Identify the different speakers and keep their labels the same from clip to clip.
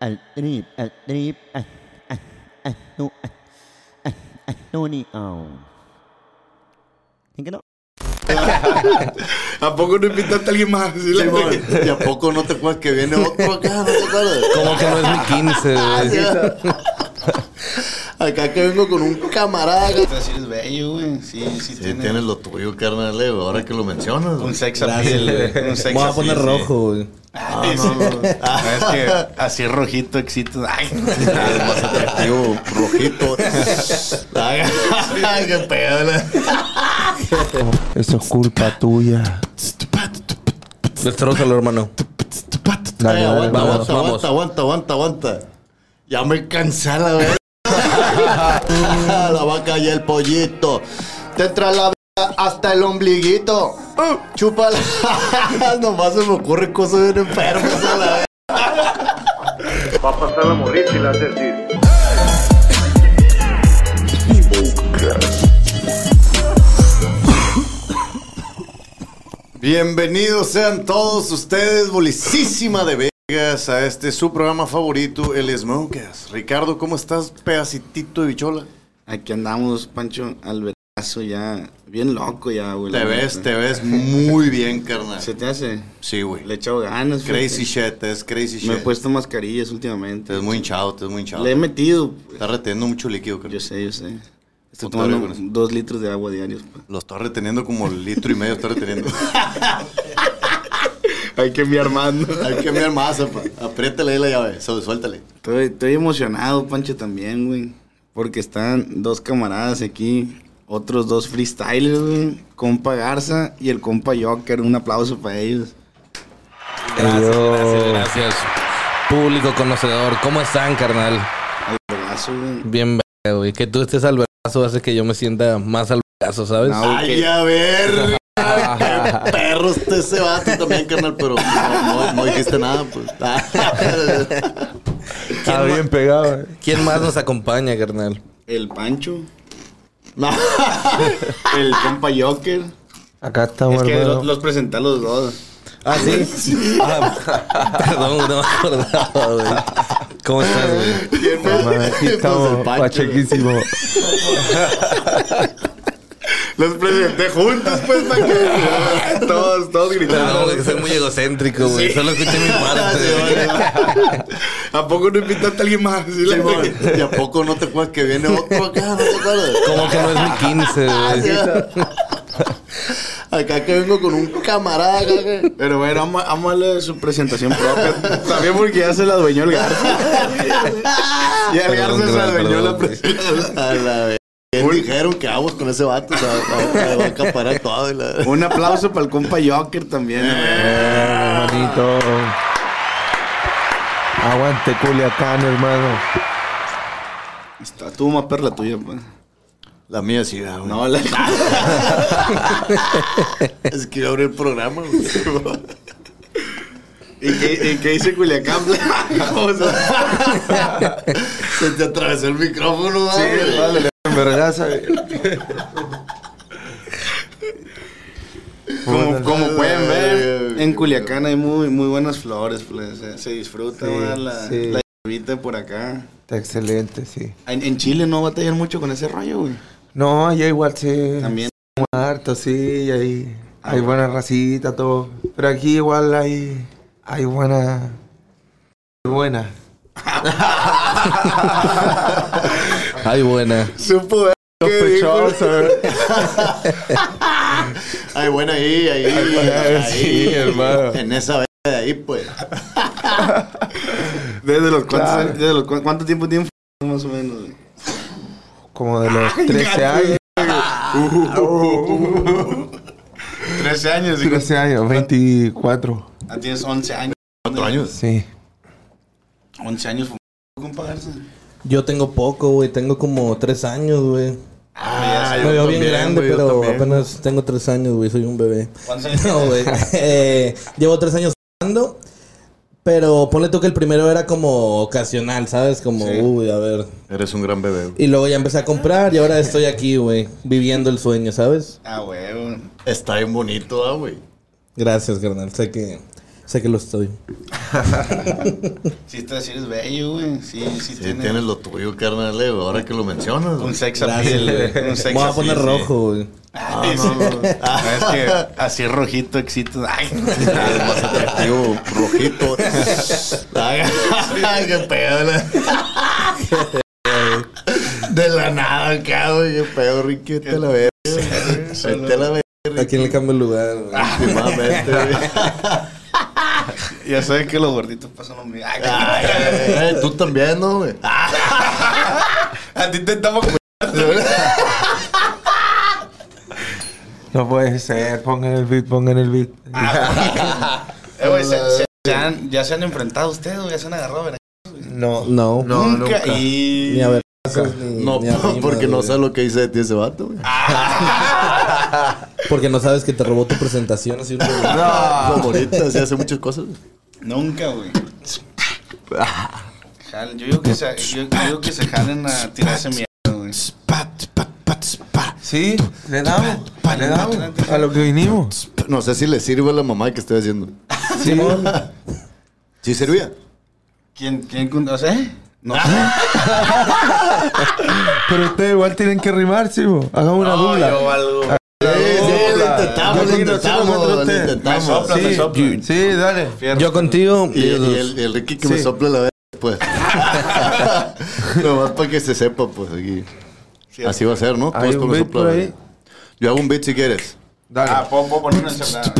Speaker 1: al trip, al trip, al, al, al, tu- al, al, al Tony. Oh. ¿Sí que no?
Speaker 2: ¿A poco no invitaste a alguien más? Sí, la
Speaker 3: Simón.
Speaker 2: gente que- ¿Y a poco no te acuerdas que viene otro acá? ¿No te acuerdas?
Speaker 3: Como que no es mi 15,
Speaker 2: Ah, sí,
Speaker 3: güey.
Speaker 2: ¿verdad?
Speaker 1: Acá que vengo con un camarada.
Speaker 2: Sí, eres bello, güey. Sí, sí,
Speaker 4: tiene-
Speaker 2: tienes lo tuyo, carnal, eh, güey, ahora que lo mencionas. güey.
Speaker 4: Un sex appeal, güey. Un
Speaker 3: Me
Speaker 4: sex
Speaker 3: voy a
Speaker 4: appeal,
Speaker 3: poner
Speaker 4: sí.
Speaker 3: rojo, güey.
Speaker 2: Ah, no, no, no.
Speaker 4: Ah, es que así rojito excitas. Ay,
Speaker 2: Es más atractivo, rojito. Ay, qué pedo. la-
Speaker 1: Eso es culpa tuya.
Speaker 3: Destrózalo, hermano.
Speaker 1: Dale, dale,
Speaker 2: Ay, aguanta,
Speaker 3: vamos,
Speaker 2: aguanta,
Speaker 3: vamos.
Speaker 2: aguanta, aguanta, aguanta, aguanta. Ya me cansé la vez.
Speaker 1: La vaca y el pollito. Te entra la verga hasta el ombliguito. Chúpala.
Speaker 2: Nomás se me ocurre cosas bien enfermas a la vez.
Speaker 5: Va a pasar la morrita y la hace decir.
Speaker 2: Bienvenidos sean todos ustedes, bolicísima de Vegas, a este su programa favorito, el Smokers. Ricardo, ¿cómo estás, pedacitito de bichola?
Speaker 4: Aquí andamos, Pancho, al verazo ya. Bien loco ya, güey. la
Speaker 2: Te ves,
Speaker 4: neta.
Speaker 2: te ves muy bien, carnal.
Speaker 4: ¿Se te hace?
Speaker 2: Sí, güey.
Speaker 4: Le he echado ganas.
Speaker 2: Crazy
Speaker 4: fíjate.
Speaker 2: shit, te ves crazy shit.
Speaker 4: Me he puesto mascarillas últimamente.
Speaker 2: Te ves muy hinchado, te ves muy hinchado.
Speaker 4: Le he metido. pues,
Speaker 2: Está reteniendo mucho líquido,
Speaker 4: Yo
Speaker 2: carnal.
Speaker 4: sé, yo sé. Estoy
Speaker 2: Ponte verga
Speaker 4: tomando
Speaker 2: con eso.
Speaker 4: dos litros de agua diarios. pues. pa.
Speaker 2: Lo está reteniendo como litro y medio, está reteniendo.
Speaker 4: Hay que enviar más, ¿no?
Speaker 2: Hay que mirar más, apa. apriétale ahí la llave, su- suéltale.
Speaker 4: Estoy, estoy emocionado, Pancho, también, güey. Porque están dos camaradas aquí. Otros dos freestylers, güey. Compa Garza y el compa Joker. Un aplauso para ellos.
Speaker 3: Gracias, gracias, gracias. Público conocedor, ¿cómo están, carnal?
Speaker 4: Vergazo, güey.
Speaker 3: Bien, verga, güey. Que tú estés al vergazo hace que yo me sienta más al vergazo, ¿sabes?
Speaker 4: No, güey,
Speaker 2: Pues, Ay,
Speaker 4: que-
Speaker 2: a ver. Qué perro este ese vato también, carnal, pero no, no- no dijiste nada, pues.
Speaker 3: Está bien pegado. eh. ¿Quién más nos acompaña, carnal?
Speaker 4: el Pancho.
Speaker 2: No.
Speaker 4: El compa Joker.
Speaker 1: Acá estamos,
Speaker 4: Es que
Speaker 1: hermano.
Speaker 4: los, los presenté a los dos.
Speaker 3: Ah, sí. Ah, perdón, no me acordaba, güey. ¿Cómo estás, güey?
Speaker 2: ¿Quién más?
Speaker 1: Hermano, Aquí
Speaker 2: Pues, el
Speaker 1: estamos,
Speaker 2: Pancho.
Speaker 1: pachequísimo.
Speaker 2: Los presenté juntos, pues, para que todos, todos
Speaker 3: Perdón,
Speaker 2: gritaron.
Speaker 3: güey, que soy muy egocéntrico, güey. Solo escuché mi parte. güey.
Speaker 2: ¿A poco no invitaste a alguien más? Sí, la gente- ¿Y a poco no te acuerdas que viene otro acá? ¿No te acuerdas?
Speaker 3: Como que no es mi 15, güey.
Speaker 2: Acá que vengo con un camarada. acá que-
Speaker 4: Pero bueno, vamos a darle su presentación propia. También porque ya se la adueñó el Garza.
Speaker 2: Y al Garza
Speaker 3: Perdón,
Speaker 2: se
Speaker 3: carnal,
Speaker 2: adueñó
Speaker 3: perdón,
Speaker 2: la
Speaker 3: güey.
Speaker 2: presidencia. A la vez. Dijeron que vamos con ese vato, o sea, va- va- va a acaparar todo. y la-
Speaker 4: Un aplauso para el compa Joker también.
Speaker 2: Eh.
Speaker 1: Hermanito. Aguante Culiacán, hermano.
Speaker 4: Está, tuvo más perla tuya, pues.
Speaker 2: La mía sí, ah, güey.
Speaker 4: No, la,
Speaker 2: es que yo abrí el programa. güey.
Speaker 4: ¿Y qué, y qué dice Culiacán?
Speaker 2: O sea, se te atravesó el micrófono. Sí,
Speaker 1: Dale, en vergaza.
Speaker 4: como, como pueden ver,
Speaker 2: Ay,
Speaker 4: en Culiacán hay muy, muy buenas flores, pues. Se, se disfruta
Speaker 1: Sí,
Speaker 4: ¿verdad? la,
Speaker 1: sí.
Speaker 4: la hierbita por acá.
Speaker 1: Está excelente, sí.
Speaker 4: En, en Chile no batallan mucho con ese rollo, güey.
Speaker 1: No, allá igual sí.
Speaker 4: También.
Speaker 1: Harto, sí, hay, hay buena racita, todo. Pero aquí igual hay, hay buena. Buena.
Speaker 3: Ay, buena.
Speaker 2: Supo ver qué dijo. Ay, bueno, ahí, ahí, ahí.
Speaker 6: Sí, hermano.
Speaker 2: En esa vez de ahí, pues.
Speaker 4: Desde los cuántos, años- desde los cu- ¿Cuánto tiempo tiene f- más o menos? güey?
Speaker 6: Como de los 13 años.
Speaker 4: 13 años. digo.
Speaker 6: 13 años, 24.
Speaker 4: Ah, tienes 11 años.
Speaker 2: ¿Cuatro años?
Speaker 6: Sí.
Speaker 4: 11 años fumando, compa Garza.
Speaker 3: Yo tengo poco, güey. Tengo como tres años, güey.
Speaker 2: Ah,
Speaker 3: me veo bien
Speaker 2: también,
Speaker 3: grande,
Speaker 2: güey, yo
Speaker 3: pero
Speaker 2: también.
Speaker 3: apenas tengo tres años, güey. Soy un bebé.
Speaker 4: ¿Cuántos años
Speaker 3: No, güey. Eh, llevo tres años jugando. Pero ponle tú que el primero era como ocasional, ¿sabes? Como, uy, a ver.
Speaker 2: Eres un gran bebé. güey.
Speaker 3: Y luego ya empecé a comprar y ahora estoy aquí, güey. Viviendo el sueño, ¿sabes?
Speaker 4: Ah, huevo.
Speaker 2: Está bien bonito, ah, güey.
Speaker 3: Gracias, carnal. Sé que, sé que lo estoy.
Speaker 4: Sí, te sí eres bello, güey. Sí,
Speaker 2: Sí,
Speaker 4: sí, tienes.
Speaker 2: tienes lo tuyo, carnal, eh, güey, ahora que lo mencionas. güey.
Speaker 4: Un sex
Speaker 3: Gracias,
Speaker 4: appeal, güey.
Speaker 3: güey.
Speaker 4: Un
Speaker 3: Me
Speaker 4: sex
Speaker 3: voy a
Speaker 4: appeal,
Speaker 3: poner
Speaker 4: sí.
Speaker 3: rojo, güey.
Speaker 4: Ay, sí. Ah, Es que así rojito excitas. Ay,
Speaker 2: Ah, Es más atractivo, rojito. Ay, qué pedo. la- De la nada acá, güey. Qué pedo, Ricky. Vete a la verga. güey. Vete a la verga.
Speaker 3: ¿A quién le cambio el lugar, güey?
Speaker 2: últimamente, güey.
Speaker 4: ya sabes que los gorditos pasan lo mismo. Ay,
Speaker 2: Ay, ay, ay, Eh, Tú también, ¿no, güey? Ah,
Speaker 4: A ti te estamos cu-
Speaker 6: No puede ser. Pongan el beat, pongan el beat.
Speaker 4: Eh, güey, se- se- se han- Ya se han enfrentado ustedes, güey. Ya se han agarrado, ¿verdad?
Speaker 6: No.
Speaker 3: No.
Speaker 2: No, nunca.
Speaker 4: Y.
Speaker 3: Ni a ver. ni-
Speaker 2: No,
Speaker 3: ni a rimas,
Speaker 2: porque no
Speaker 3: güey. Ah.
Speaker 2: sé lo que hice de ti ese vato, güey.
Speaker 3: Porque no sabes que te robó tu presentación así una
Speaker 2: Como ahorita, sí, hace muchas cosas. güey.
Speaker 4: Nunca, güey. Jal- Yo digo que se, yo, yo digo que se jalen a tirarse mierda, güey.
Speaker 6: Sí, le damos. Le damos. A lo que vinimos.
Speaker 2: No sé si le sirve a la mamá que estoy haciendo.
Speaker 6: Sí.
Speaker 2: ¿Sí servía?
Speaker 4: ¿Quién, quién, con- o sea? eh? Ah. No,
Speaker 6: Pero ustedes igual tienen que rimar, sí, bo. Hagamos una
Speaker 4: no,
Speaker 6: burla.
Speaker 4: yo algo.
Speaker 2: Sí, sí, lo
Speaker 6: Yo
Speaker 2: intentamos, lo
Speaker 6: sí, no sé cómo
Speaker 2: intentamos,
Speaker 6: entró
Speaker 2: lo
Speaker 6: usted.
Speaker 2: intentamos.
Speaker 4: Me sopla, me
Speaker 6: Sí,
Speaker 4: sopla.
Speaker 6: you- sí, dale.
Speaker 3: Yo contigo.
Speaker 2: Y, el- y el, y el Ricky que me
Speaker 6: Sí.
Speaker 2: sopla la vez, pues. Nomás para que se sepa, pues aquí. Así va a ser, ¿no? Todos
Speaker 6: Hay
Speaker 2: con
Speaker 6: un
Speaker 2: un
Speaker 6: beat
Speaker 2: sopla
Speaker 6: por
Speaker 2: la
Speaker 6: ahí.
Speaker 2: vez. Yo hago un beat si quieres.
Speaker 6: Dale.
Speaker 4: Ah, puedo, puedo poner una encerrada.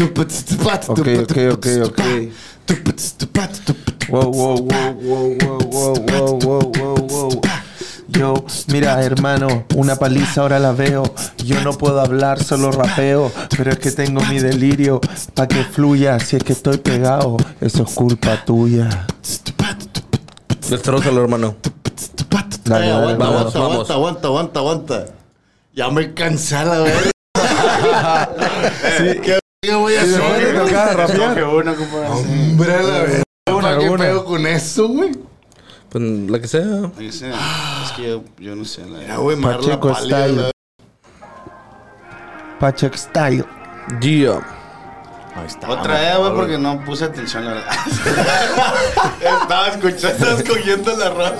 Speaker 6: Ok, ok, ok, ok. Wow, wow, wow, wow, wow, wow, wow, wow, wow. Yo, mira hermano, una paliza ahora la veo. Yo no puedo hablar, solo rapeo. Pero es que tengo mi delirio. Pa' que fluya, si es que estoy pegado, eso es culpa tuya.
Speaker 3: Destrózalo, hermano.
Speaker 6: Dale,
Speaker 2: Eh,
Speaker 6: dale,
Speaker 2: aguanta,
Speaker 6: dale.
Speaker 2: aguanta,
Speaker 3: vamos.
Speaker 2: aguanta, aguanta, aguanta, aguanta. Ya me cansé a la verga. ¿Qué verga voy a hacer? güey?
Speaker 4: Escoge una, compadre.
Speaker 2: Hombre, a la verga.
Speaker 6: Una,
Speaker 2: ¿Qué
Speaker 6: una.
Speaker 2: pedo con eso, güey?
Speaker 3: Pues la que sea.
Speaker 4: Yo sé, Es que yo, yo no sé. La
Speaker 2: Ya, güey, Marla
Speaker 6: Pacheco
Speaker 2: pálida.
Speaker 6: Style.
Speaker 2: la-
Speaker 6: Pacheco Style.
Speaker 3: Yeah.
Speaker 2: Ahí está,
Speaker 4: Otra vez, güey, porque no puse atención, la verdad. Estaba escuchando, estaba escogiendo la rola.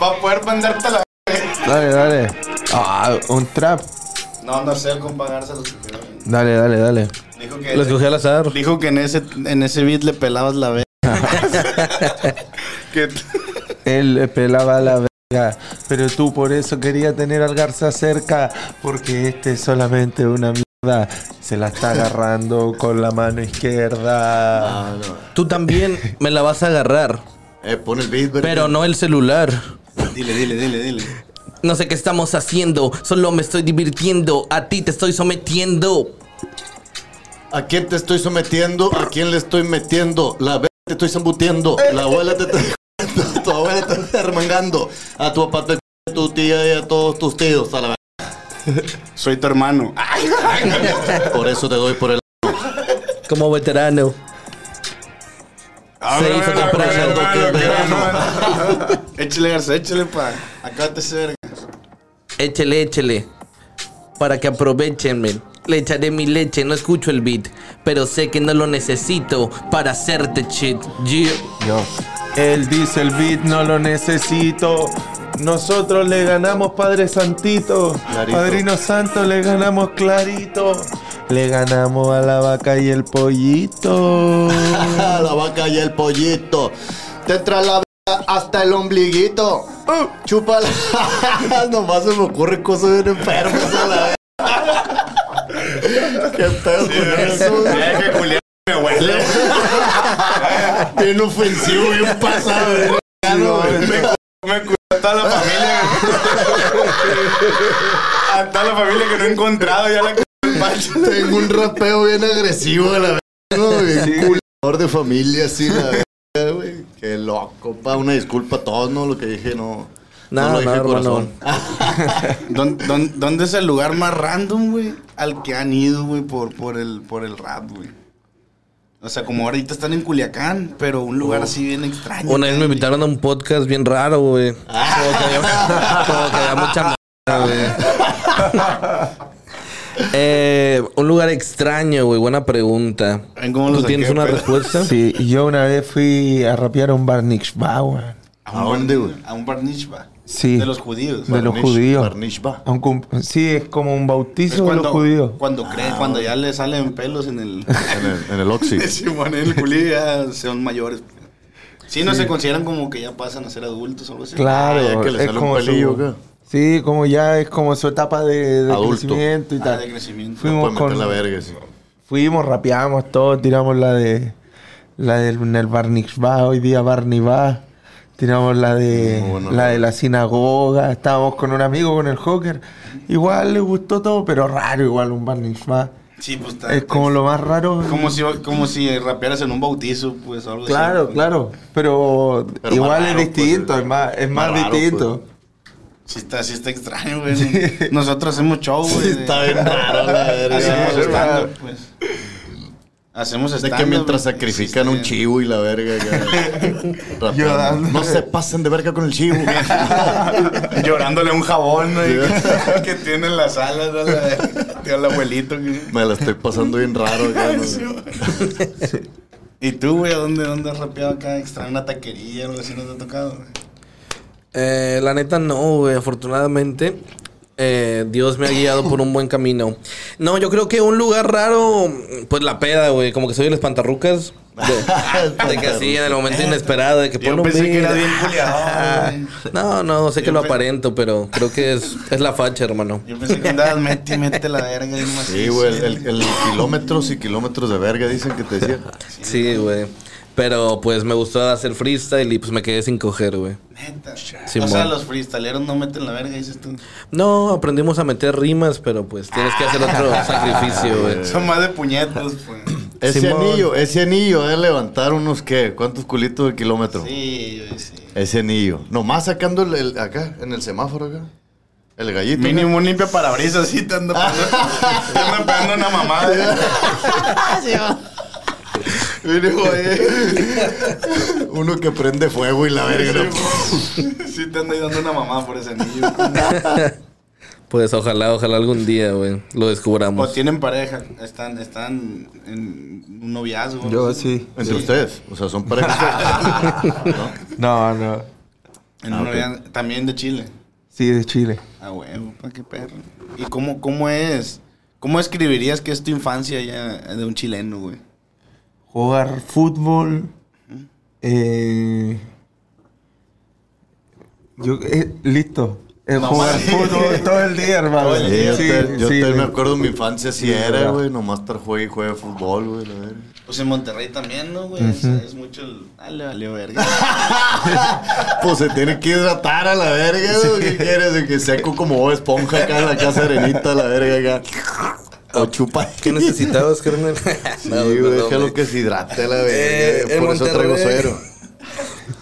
Speaker 4: Para poder mandarte la.
Speaker 6: Dale, dale. Ah, un trap.
Speaker 4: No, no sé, compagarse los que quedaron.
Speaker 3: Eh,
Speaker 6: Dale, dale, dale.
Speaker 4: Dijo
Speaker 3: Lo
Speaker 4: que,
Speaker 3: escogí al azar.
Speaker 4: dijo que en, ese, en ese beat le pelabas la verga. que
Speaker 6: Él pelaba la verga, pero tú por eso quería tener al Garza cerca, porque este es solamente una mierda. Se la está agarrando con la mano izquierda.
Speaker 2: Ah, no.
Speaker 3: Tú también me la vas a agarrar.
Speaker 2: Eh, pon el beat, verga.
Speaker 3: Pero no el celular.
Speaker 4: Dile, dile, dile, dile.
Speaker 3: No sé qué estamos haciendo, solo me estoy divirtiendo, a ti te estoy sometiendo.
Speaker 2: ¿A quién te estoy sometiendo? ¿A quién le estoy metiendo? La verga te estoy zambutiendo.
Speaker 4: Eh.
Speaker 2: La abuela te está jodiendo, Tu abuela te está remangando. A tu papá te c- tu tía y a todos tus tíos. A la
Speaker 4: Soy tu hermano.
Speaker 2: verga. Por eso te doy por el.
Speaker 3: Como veterano. Se hizo temprano.
Speaker 2: Pensando que es verano.
Speaker 4: Échale, Garza, échale pa. Acá ese verga.
Speaker 3: Échele, échele. Para que aprovechenme. Le echaré mi leche, no escucho el beat. Pero sé que no lo necesito para hacerte shit. Yeah.
Speaker 6: Yo. Él dice el beat, no lo necesito. Nosotros le ganamos Padre Santito.
Speaker 2: Clarito.
Speaker 6: Padrino Santo le ganamos clarito. Le ganamos a la vaca y el pollito.
Speaker 2: la vaca y el pollito. Te entra la verga hasta el ombliguito. Uh, Chúpala. Nomás se me ocurren cosas bien enfermas a la verga. Qué pedo con eso.
Speaker 7: Ya que Julián me huele.
Speaker 2: Bien ofensivo, bien pasado. de verga, ¿no, güey?
Speaker 7: Me cuidó a toda la familia. A toda la familia que no he encontrado. Ya la
Speaker 2: Tengo un rapeo bien agresivo a la verga, ¿no, güey? Culador de familia, así, la verga, güey. Qué loco, pa. Una disculpa a todos, ¿no? Lo que dije, no.
Speaker 3: Nada,
Speaker 2: no lo dije
Speaker 3: nada,
Speaker 2: de corazón.
Speaker 4: ¿Dón- dón- ¿Dónde es el lugar más random, güey? Al que han ido, güey, por, por, el, por el rap, güey. O sea, como ahorita están en Culiacán, pero un lugar así bien extraño.
Speaker 3: Una vez me
Speaker 4: güey.
Speaker 3: invitaron a un podcast bien raro, güey. Como que
Speaker 6: Ah,
Speaker 3: había- como que había mucha mierda, güey. Eh, un lugar extraño, güey. Buena pregunta.
Speaker 4: Ven cómo lo
Speaker 3: ¿Tú
Speaker 4: saqué,
Speaker 3: tienes una
Speaker 4: pero-
Speaker 3: respuesta?
Speaker 6: Sí, y yo una vez fui a rapear a un Barnixbauer.
Speaker 2: ¿A dónde, güey?
Speaker 4: A un bar mitzvah.
Speaker 6: Sí.
Speaker 4: De los judíos.
Speaker 6: De los
Speaker 2: Barnish-
Speaker 6: judíos.
Speaker 2: Barnishba.
Speaker 6: A un cum- sí, es como un
Speaker 4: Es
Speaker 6: bautizo de los
Speaker 4: cuando,
Speaker 6: judíos.
Speaker 4: cuando creen, cuando ya le salen pelos en el...
Speaker 2: Ah, En el, en el Oxy.
Speaker 4: Simón, en el culillo ya son mayores. Sí, no se consideran como que ya pasan a ser adultos o algo así.
Speaker 2: Ah, ya
Speaker 6: Claro,
Speaker 2: que le
Speaker 6: es
Speaker 2: sale un
Speaker 6: como
Speaker 2: pelillo
Speaker 6: su-
Speaker 2: acá.
Speaker 6: Sí, como ya es como su etapa de, de
Speaker 2: Adulto.
Speaker 6: crecimiento y
Speaker 4: Ah,
Speaker 6: tal.
Speaker 4: de crecimiento.
Speaker 2: Puede
Speaker 6: Fuimos
Speaker 2: meter
Speaker 6: con
Speaker 2: Pues la verga, sí.
Speaker 6: fuimos, rapeamos todo, tiramos la de la del en el Barney va, hoy día Barney va. Tiramos la de
Speaker 2: Muy bueno,
Speaker 6: la de
Speaker 2: ¿no?
Speaker 6: la sinagoga, estábamos con un amigo con el Joker. Igual le gustó todo, pero raro igual un Barney va.
Speaker 4: Sí, pues está-
Speaker 6: Es eh, como lo más raro.
Speaker 4: Como si, como si rapearas en un bautizo, pues algo así.
Speaker 6: Claro, claro, pero,
Speaker 2: Pero
Speaker 6: igual
Speaker 2: más
Speaker 6: es
Speaker 2: raro, pues,
Speaker 6: distinto, es más, es más,
Speaker 2: más raro,
Speaker 6: distinto.
Speaker 2: pues.
Speaker 4: Sí está, sí está extraño, güey. Nosotros hacemos show, güey.
Speaker 2: Sí, está bien raro, la verga.
Speaker 4: Hacemos
Speaker 2: Sí,
Speaker 4: stand-up, pues. Hacemos
Speaker 2: De
Speaker 4: stand-up.
Speaker 2: que mientras
Speaker 4: güey.
Speaker 2: sacrifican un
Speaker 4: Sí,
Speaker 2: chivo y la verga. acá. Rapeando.
Speaker 6: Llorando.
Speaker 2: No se pasen de verga con el chivo.
Speaker 7: Llorándole a un jabón, ¿no?
Speaker 4: está- Que tiene en la sala, ¿no? La- Tío, el abuelito. güey.
Speaker 2: Me la estoy pasando bien raro. acá, ¿no?
Speaker 4: ¿Y tú, güey? ¿a ¿Dónde, dónde has rapeado acá? Extra una taquería, algo así, ¿no te ha tocado, güey?
Speaker 3: Eh, la neta no, güey. Afortunadamente, eh, Dios me ha guiado por un buen camino. No, yo creo que un lugar raro, pues la peda, güey. Como que soy el espantarrucas. De, de que así, en el momento inesperado, de que
Speaker 7: Yo
Speaker 3: ponlo
Speaker 7: pensé que era bien
Speaker 4: Ah,
Speaker 7: culiado.
Speaker 4: güey.
Speaker 3: No, no, sé que
Speaker 4: Yo
Speaker 3: lo
Speaker 4: pe-
Speaker 3: aparento, pero creo que es, es la facha, hermano.
Speaker 4: Yo pensé que andabas mete y mete la verga. bien
Speaker 2: Sí,
Speaker 4: macizo,
Speaker 2: güey. El, el kilómetros y kilómetros de verga dicen que te decían.
Speaker 3: Sí, güey. Pero pues me gustó hacer freestyle y pues me quedé sin coger, güey.
Speaker 4: Neta. o
Speaker 3: Simón.
Speaker 4: sea, los freestaleros no meten la verga, dices tú.
Speaker 3: No, aprendimos a meter rimas, pero pues tienes que hacer otro sacrificio, güey.
Speaker 4: Son más de puñetos, pues.
Speaker 2: Ese
Speaker 3: Simón.
Speaker 2: anillo, ese anillo es levantar unos qué, ¿cuántos culitos de kilómetro?
Speaker 4: Sí, güey, sí.
Speaker 2: Ese anillo. Nomás sacando el, el- acá, en el semáforo acá. El gallito. acá.
Speaker 7: Mínimo un limpia parabrisas, sí, te ando pegando. Te ando pegando una
Speaker 4: ¿eh?
Speaker 7: mamada.
Speaker 2: Mínimo ahí. Uno que prende fuego y la verga. ¿no?
Speaker 4: Sí, te ando dando una mamada por ese anillo.
Speaker 3: Pues ojalá, ojalá algún día, güey, lo
Speaker 4: O
Speaker 3: descubramos.
Speaker 4: Pues tienen pareja, están, están en un noviazgo.
Speaker 6: Yo sí. Ah,
Speaker 2: Entre ustedes. O sea, son parejas. ¿No?
Speaker 6: No, no.
Speaker 4: En un noviazgo, también de Chile.
Speaker 6: Sí, de Chile.
Speaker 4: Ah, huevo, pa' qué perro. ¿Y cómo, cómo es? ¿Cómo escribirías que es tu infancia ya de un chileno, güey?
Speaker 6: jugar fútbol. eh, yo, eh, listo. Eh,
Speaker 4: No
Speaker 6: jugar
Speaker 4: mames.
Speaker 6: fútbol todo el día, hermano.
Speaker 4: Todo el
Speaker 2: Sí, yo, te- yo
Speaker 6: sí,
Speaker 2: te-
Speaker 6: sí.
Speaker 2: me acuerdo mi infancia así era,
Speaker 6: verdad.
Speaker 2: güey. Nomás estar juega y juega fútbol, güey. la verga.
Speaker 4: Pues en Monterrey también, ¿no, güey? es, es mucho el... Ah, le valió verga.
Speaker 2: Pues se tiene que hidratar a la verga, güey. ¿Qué quieres? De Que seco como Bob esponja acá en la casa arenita, a la verga acá. O chupa.
Speaker 3: ¿Qué necesitabas, carnal?
Speaker 2: Sí,
Speaker 3: No,
Speaker 2: güey,
Speaker 3: perdón,
Speaker 2: déjalo
Speaker 3: güey.
Speaker 2: que se hidrate a la verga.
Speaker 3: Eh, en
Speaker 2: Por eso traigo
Speaker 3: Monterrey.
Speaker 2: suero.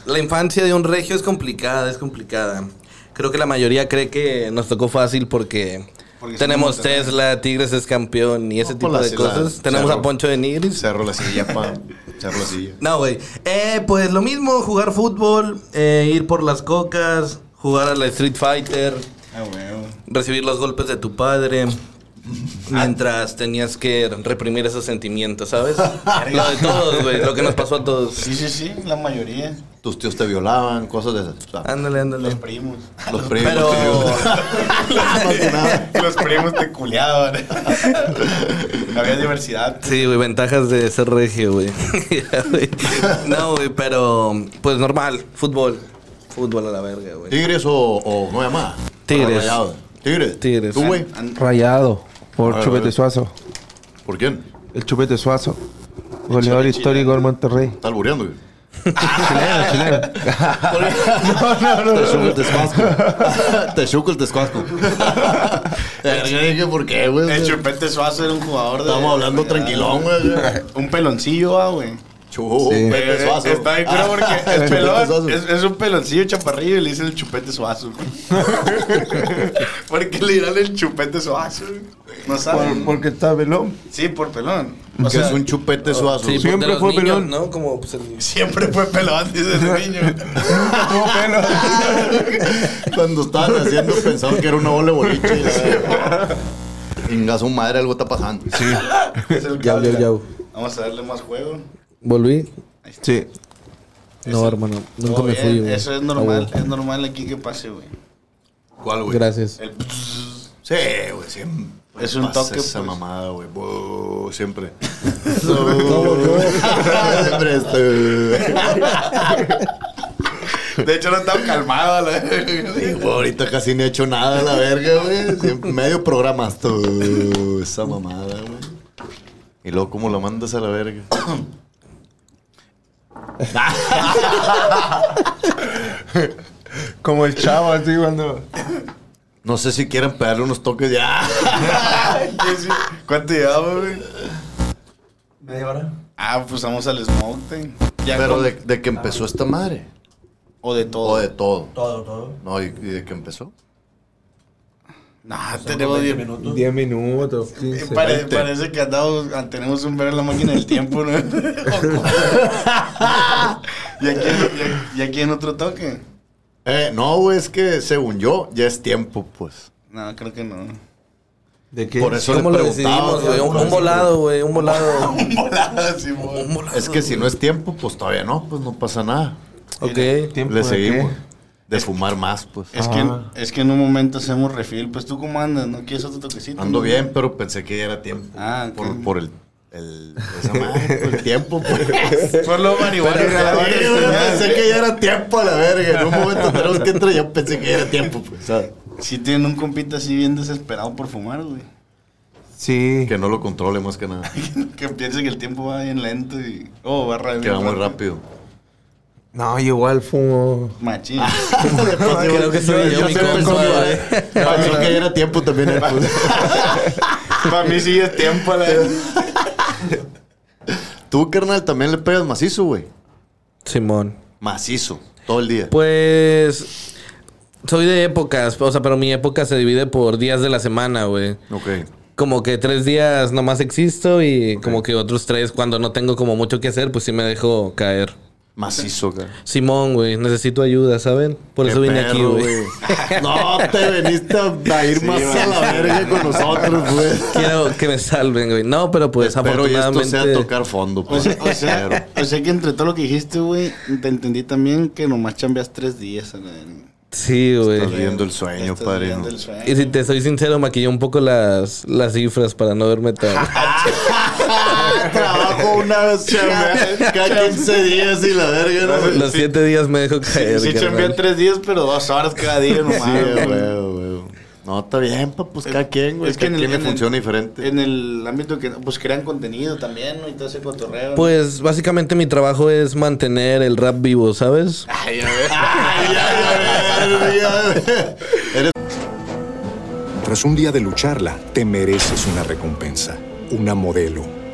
Speaker 3: La infancia de un regio es complicada, es complicada. Creo que la mayoría cree que nos tocó fácil porque,
Speaker 4: Porque
Speaker 3: tenemos
Speaker 4: somos Monterrey.
Speaker 3: Tesla, Tigres es campeón y ese
Speaker 2: No,
Speaker 3: tipo
Speaker 2: por la
Speaker 3: de
Speaker 2: ciudad,
Speaker 3: cosas. tenemos
Speaker 2: cerro.
Speaker 3: a Poncho de Nigris.
Speaker 2: Cerro la silla, pa. Cerro la silla.
Speaker 3: No, güey. Eh, pues lo mismo, jugar fútbol, eh, ir por las cocas, jugar a la Street Fighter,
Speaker 4: Ah, huevo.
Speaker 3: recibir los golpes de tu padre. mientras tenías que reprimir esos sentimientos, ¿sabes? lo de todos, güey, lo que nos pasó a todos.
Speaker 4: Sí, sí, sí, la mayoría.
Speaker 2: Tus tíos te violaban, cosas de esas. O sea,
Speaker 3: Ándale, ándale.
Speaker 4: Los primos.
Speaker 2: los primos.
Speaker 3: Ah, Pero-
Speaker 2: te violaban.
Speaker 4: Los primos te culeaban. Había diversidad.
Speaker 3: Sí, güey, ventajas de ser regio, güey. Ya, güey. no, güey, pero pues normal, fútbol. Fútbol a la verga, güey.
Speaker 2: ¿Tigres o, o no llamada?
Speaker 3: Tigres.
Speaker 2: Rayados. Tigres.
Speaker 3: Tigres.
Speaker 2: ¿Tú, güey?
Speaker 6: Rayado por
Speaker 2: Ay,
Speaker 6: Chupete
Speaker 2: güey.
Speaker 6: Suazo.
Speaker 2: ¿Por quién?
Speaker 6: El Chupete Suazo. Goleador histórico del Monterrey.
Speaker 2: Está albureando, güey.
Speaker 6: Chileno, chileno.
Speaker 2: Te chuco el descuasco. Te chuco el descuasco. Verga, dije, ¿Por qué, güey?
Speaker 4: El Chupete Suazo era un jugador de.
Speaker 2: Estamos hablando tranquilón, güey.
Speaker 8: Un peloncillo, ah, güey.
Speaker 2: Chupo,
Speaker 4: Eh,
Speaker 2: Pepe Suazo.
Speaker 4: Está bien, creo, porque
Speaker 2: Ah,
Speaker 4: es, pelón,
Speaker 2: Suazo.
Speaker 4: es, es un peloncillo chaparrillo y le dicen el chupete suazo. ¿Por qué le dirán el chupete suazo? No saben.
Speaker 6: Por- porque está velón.
Speaker 4: Sí, por pelón.
Speaker 2: Que es un chupete suazo.
Speaker 3: Sí, pues,
Speaker 6: Siempre
Speaker 3: de los
Speaker 6: fue
Speaker 3: niños,
Speaker 6: pelón.
Speaker 3: ¿no? Como pues, el-
Speaker 4: Siempre fue pelón desde niño.
Speaker 6: Nunca tuvo pelo.
Speaker 2: Cuando estaban haciendo pensaban que era una bola de boliche. Inga su madre, algo está pasando.
Speaker 4: Es el
Speaker 3: Yau, yau,
Speaker 4: cable.
Speaker 3: yau.
Speaker 4: Vamos a darle más juego.
Speaker 3: ¿Volví?
Speaker 6: Sí.
Speaker 3: No, hermano, nunca
Speaker 4: Todo
Speaker 3: me
Speaker 4: bien,
Speaker 3: fui, güey.
Speaker 4: Eso es
Speaker 2: Ah,
Speaker 4: normal, es normal aquí que pase, güey.
Speaker 2: ¿Cuál, güey?
Speaker 3: Gracias.
Speaker 4: El
Speaker 2: Sí, güey, siempre.
Speaker 4: Es un
Speaker 2: pasa
Speaker 4: toque,
Speaker 2: Esa
Speaker 4: pues.
Speaker 2: mamada, güey. Buh, Siempre. siempre este.
Speaker 4: De hecho, no estaba calmado. la-
Speaker 2: Digo, ahorita casi no he hecho nada a la verga, güey. Siempre- Medio programa. Tú, esa mamada, güey. Y luego, ¿cómo la mandas a la verga?
Speaker 6: Como el chavo, así cuando.
Speaker 2: No sé si quieren pegarle unos toques ya.
Speaker 4: ¿Qué sí? ¿Cuánto llevamos, güey?
Speaker 6: Media hora.
Speaker 4: Ah, pues vamos al Smoke Tank. Ya
Speaker 2: Pero
Speaker 4: con-
Speaker 2: de, de que empezó esta madre.
Speaker 4: O de todo.
Speaker 2: O de todo.
Speaker 6: Todo, todo.
Speaker 2: No, ¿y, y de que empezó?
Speaker 4: No, tenemos 10 minutos.
Speaker 6: 10 minutos, 15.
Speaker 4: Pare- parece que andamos, ah, tenemos un ver en la máquina del tiempo, ¿no? y, aquí, y- y aquí en otro toque.
Speaker 2: Eh, no, güey, es que según yo, ya es tiempo, pues.
Speaker 4: No, creo que no.
Speaker 6: ¿De qué?
Speaker 2: Por eso le
Speaker 3: ¿Cómo lo
Speaker 2: preguntaba.
Speaker 3: decidimos, güey? Un, un volado, güey, un volado.
Speaker 4: Un volado, sí,
Speaker 3: un volado.
Speaker 2: Es que si no es tiempo, pues todavía no, pues no pasa nada.
Speaker 3: Ok.
Speaker 6: ¿Tiempo
Speaker 2: Le
Speaker 6: de
Speaker 2: seguimos.
Speaker 6: qué?
Speaker 2: De fumar más, pues.
Speaker 4: Es,
Speaker 6: Ah.
Speaker 4: que, es que en un momento hacemos refill. Pues tú cómo andas, ¿no quieres otro toquecito?
Speaker 2: Ando bien, pero pensé que ya era tiempo.
Speaker 4: Ah, ok.
Speaker 2: por, por el, el, esa madre, por el tiempo, pues.
Speaker 4: Por lo marihuana.
Speaker 2: Pero
Speaker 4: que la
Speaker 2: cabrón,
Speaker 4: van a
Speaker 2: yo
Speaker 4: enseñar.
Speaker 2: pensé que ya era tiempo a la verga. En un momento tenemos que entrar. Yo pensé que ya era tiempo, pues. ¿sabes?
Speaker 4: Sí tienen un compita así bien desesperado por fumar, güey.
Speaker 6: Sí.
Speaker 2: Que no lo controle más que nada.
Speaker 4: que piensa que el tiempo va bien lento y... Oh, va rápido.
Speaker 2: Que va muy rápido.
Speaker 6: No, yo igual fumo.
Speaker 4: Machín.
Speaker 2: Ah.
Speaker 3: Creo que soy yo, mi
Speaker 2: sé
Speaker 3: compa,
Speaker 2: cómo,
Speaker 3: güey.
Speaker 2: eh. Pensé que ya era tiempo también. eh, pues.
Speaker 4: Para mí sí es tiempo, la
Speaker 2: Tú, carnal, también le pegas macizo, güey.
Speaker 3: Simón.
Speaker 2: Macizo. Todo el día.
Speaker 3: Pues soy de épocas, o sea, pero mi época se divide por días de la semana, güey.
Speaker 2: Ok.
Speaker 3: Como que tres días nomás existo y como que otros tres cuando no tengo como mucho que hacer, pues sí me dejo caer.
Speaker 2: Macizo, cara.
Speaker 3: Simón, güey, necesito ayuda, ¿saben? Por eso vine aquí, güey.
Speaker 2: No, te viniste a a ir más a la verga con nosotros, güey.
Speaker 3: Quiero que me salven, güey. No, pero pues
Speaker 2: Espero y esto
Speaker 3: afortunadamente...
Speaker 2: sea tocar fondo,
Speaker 4: O
Speaker 2: pues.
Speaker 4: sea, o,
Speaker 2: Espero.
Speaker 4: sea, o sea que entre todo lo que dijiste, güey, te entendí también que nomás chambeas tres días. a la verga.
Speaker 3: Sí, güey.
Speaker 2: Estás viendo el sueño,
Speaker 4: Estás
Speaker 2: padrino.
Speaker 4: viviendo el sueño.
Speaker 3: Y si te soy sincero, maquillé un poco las, las cifras para no verme tan...
Speaker 2: Trabajo una vez cada- cada 15 días y la verga, no.
Speaker 3: Los siete días me dejo
Speaker 4: Sí,
Speaker 3: caer,
Speaker 4: sí
Speaker 3: carnal.
Speaker 4: chambea tres días, pero dos horas cada día nomás.
Speaker 2: Sí,
Speaker 4: güey.
Speaker 2: güey, güey. No, está bien, pa, pues cada quien, güey.
Speaker 4: Es que
Speaker 2: cada
Speaker 4: en el-
Speaker 2: quien le
Speaker 4: en el-
Speaker 2: funciona diferente.
Speaker 4: En el ámbito que pues crean contenido también, ¿no? Y todo ese cotorreo. ¿no?
Speaker 3: Pues básicamente mi trabajo es mantener el rap vivo, ¿sabes?
Speaker 4: Ay, a ver.
Speaker 2: Ay, ay, ay, ay, ay.
Speaker 9: Tras un día de lucharla, te mereces una recompensa, una modelo,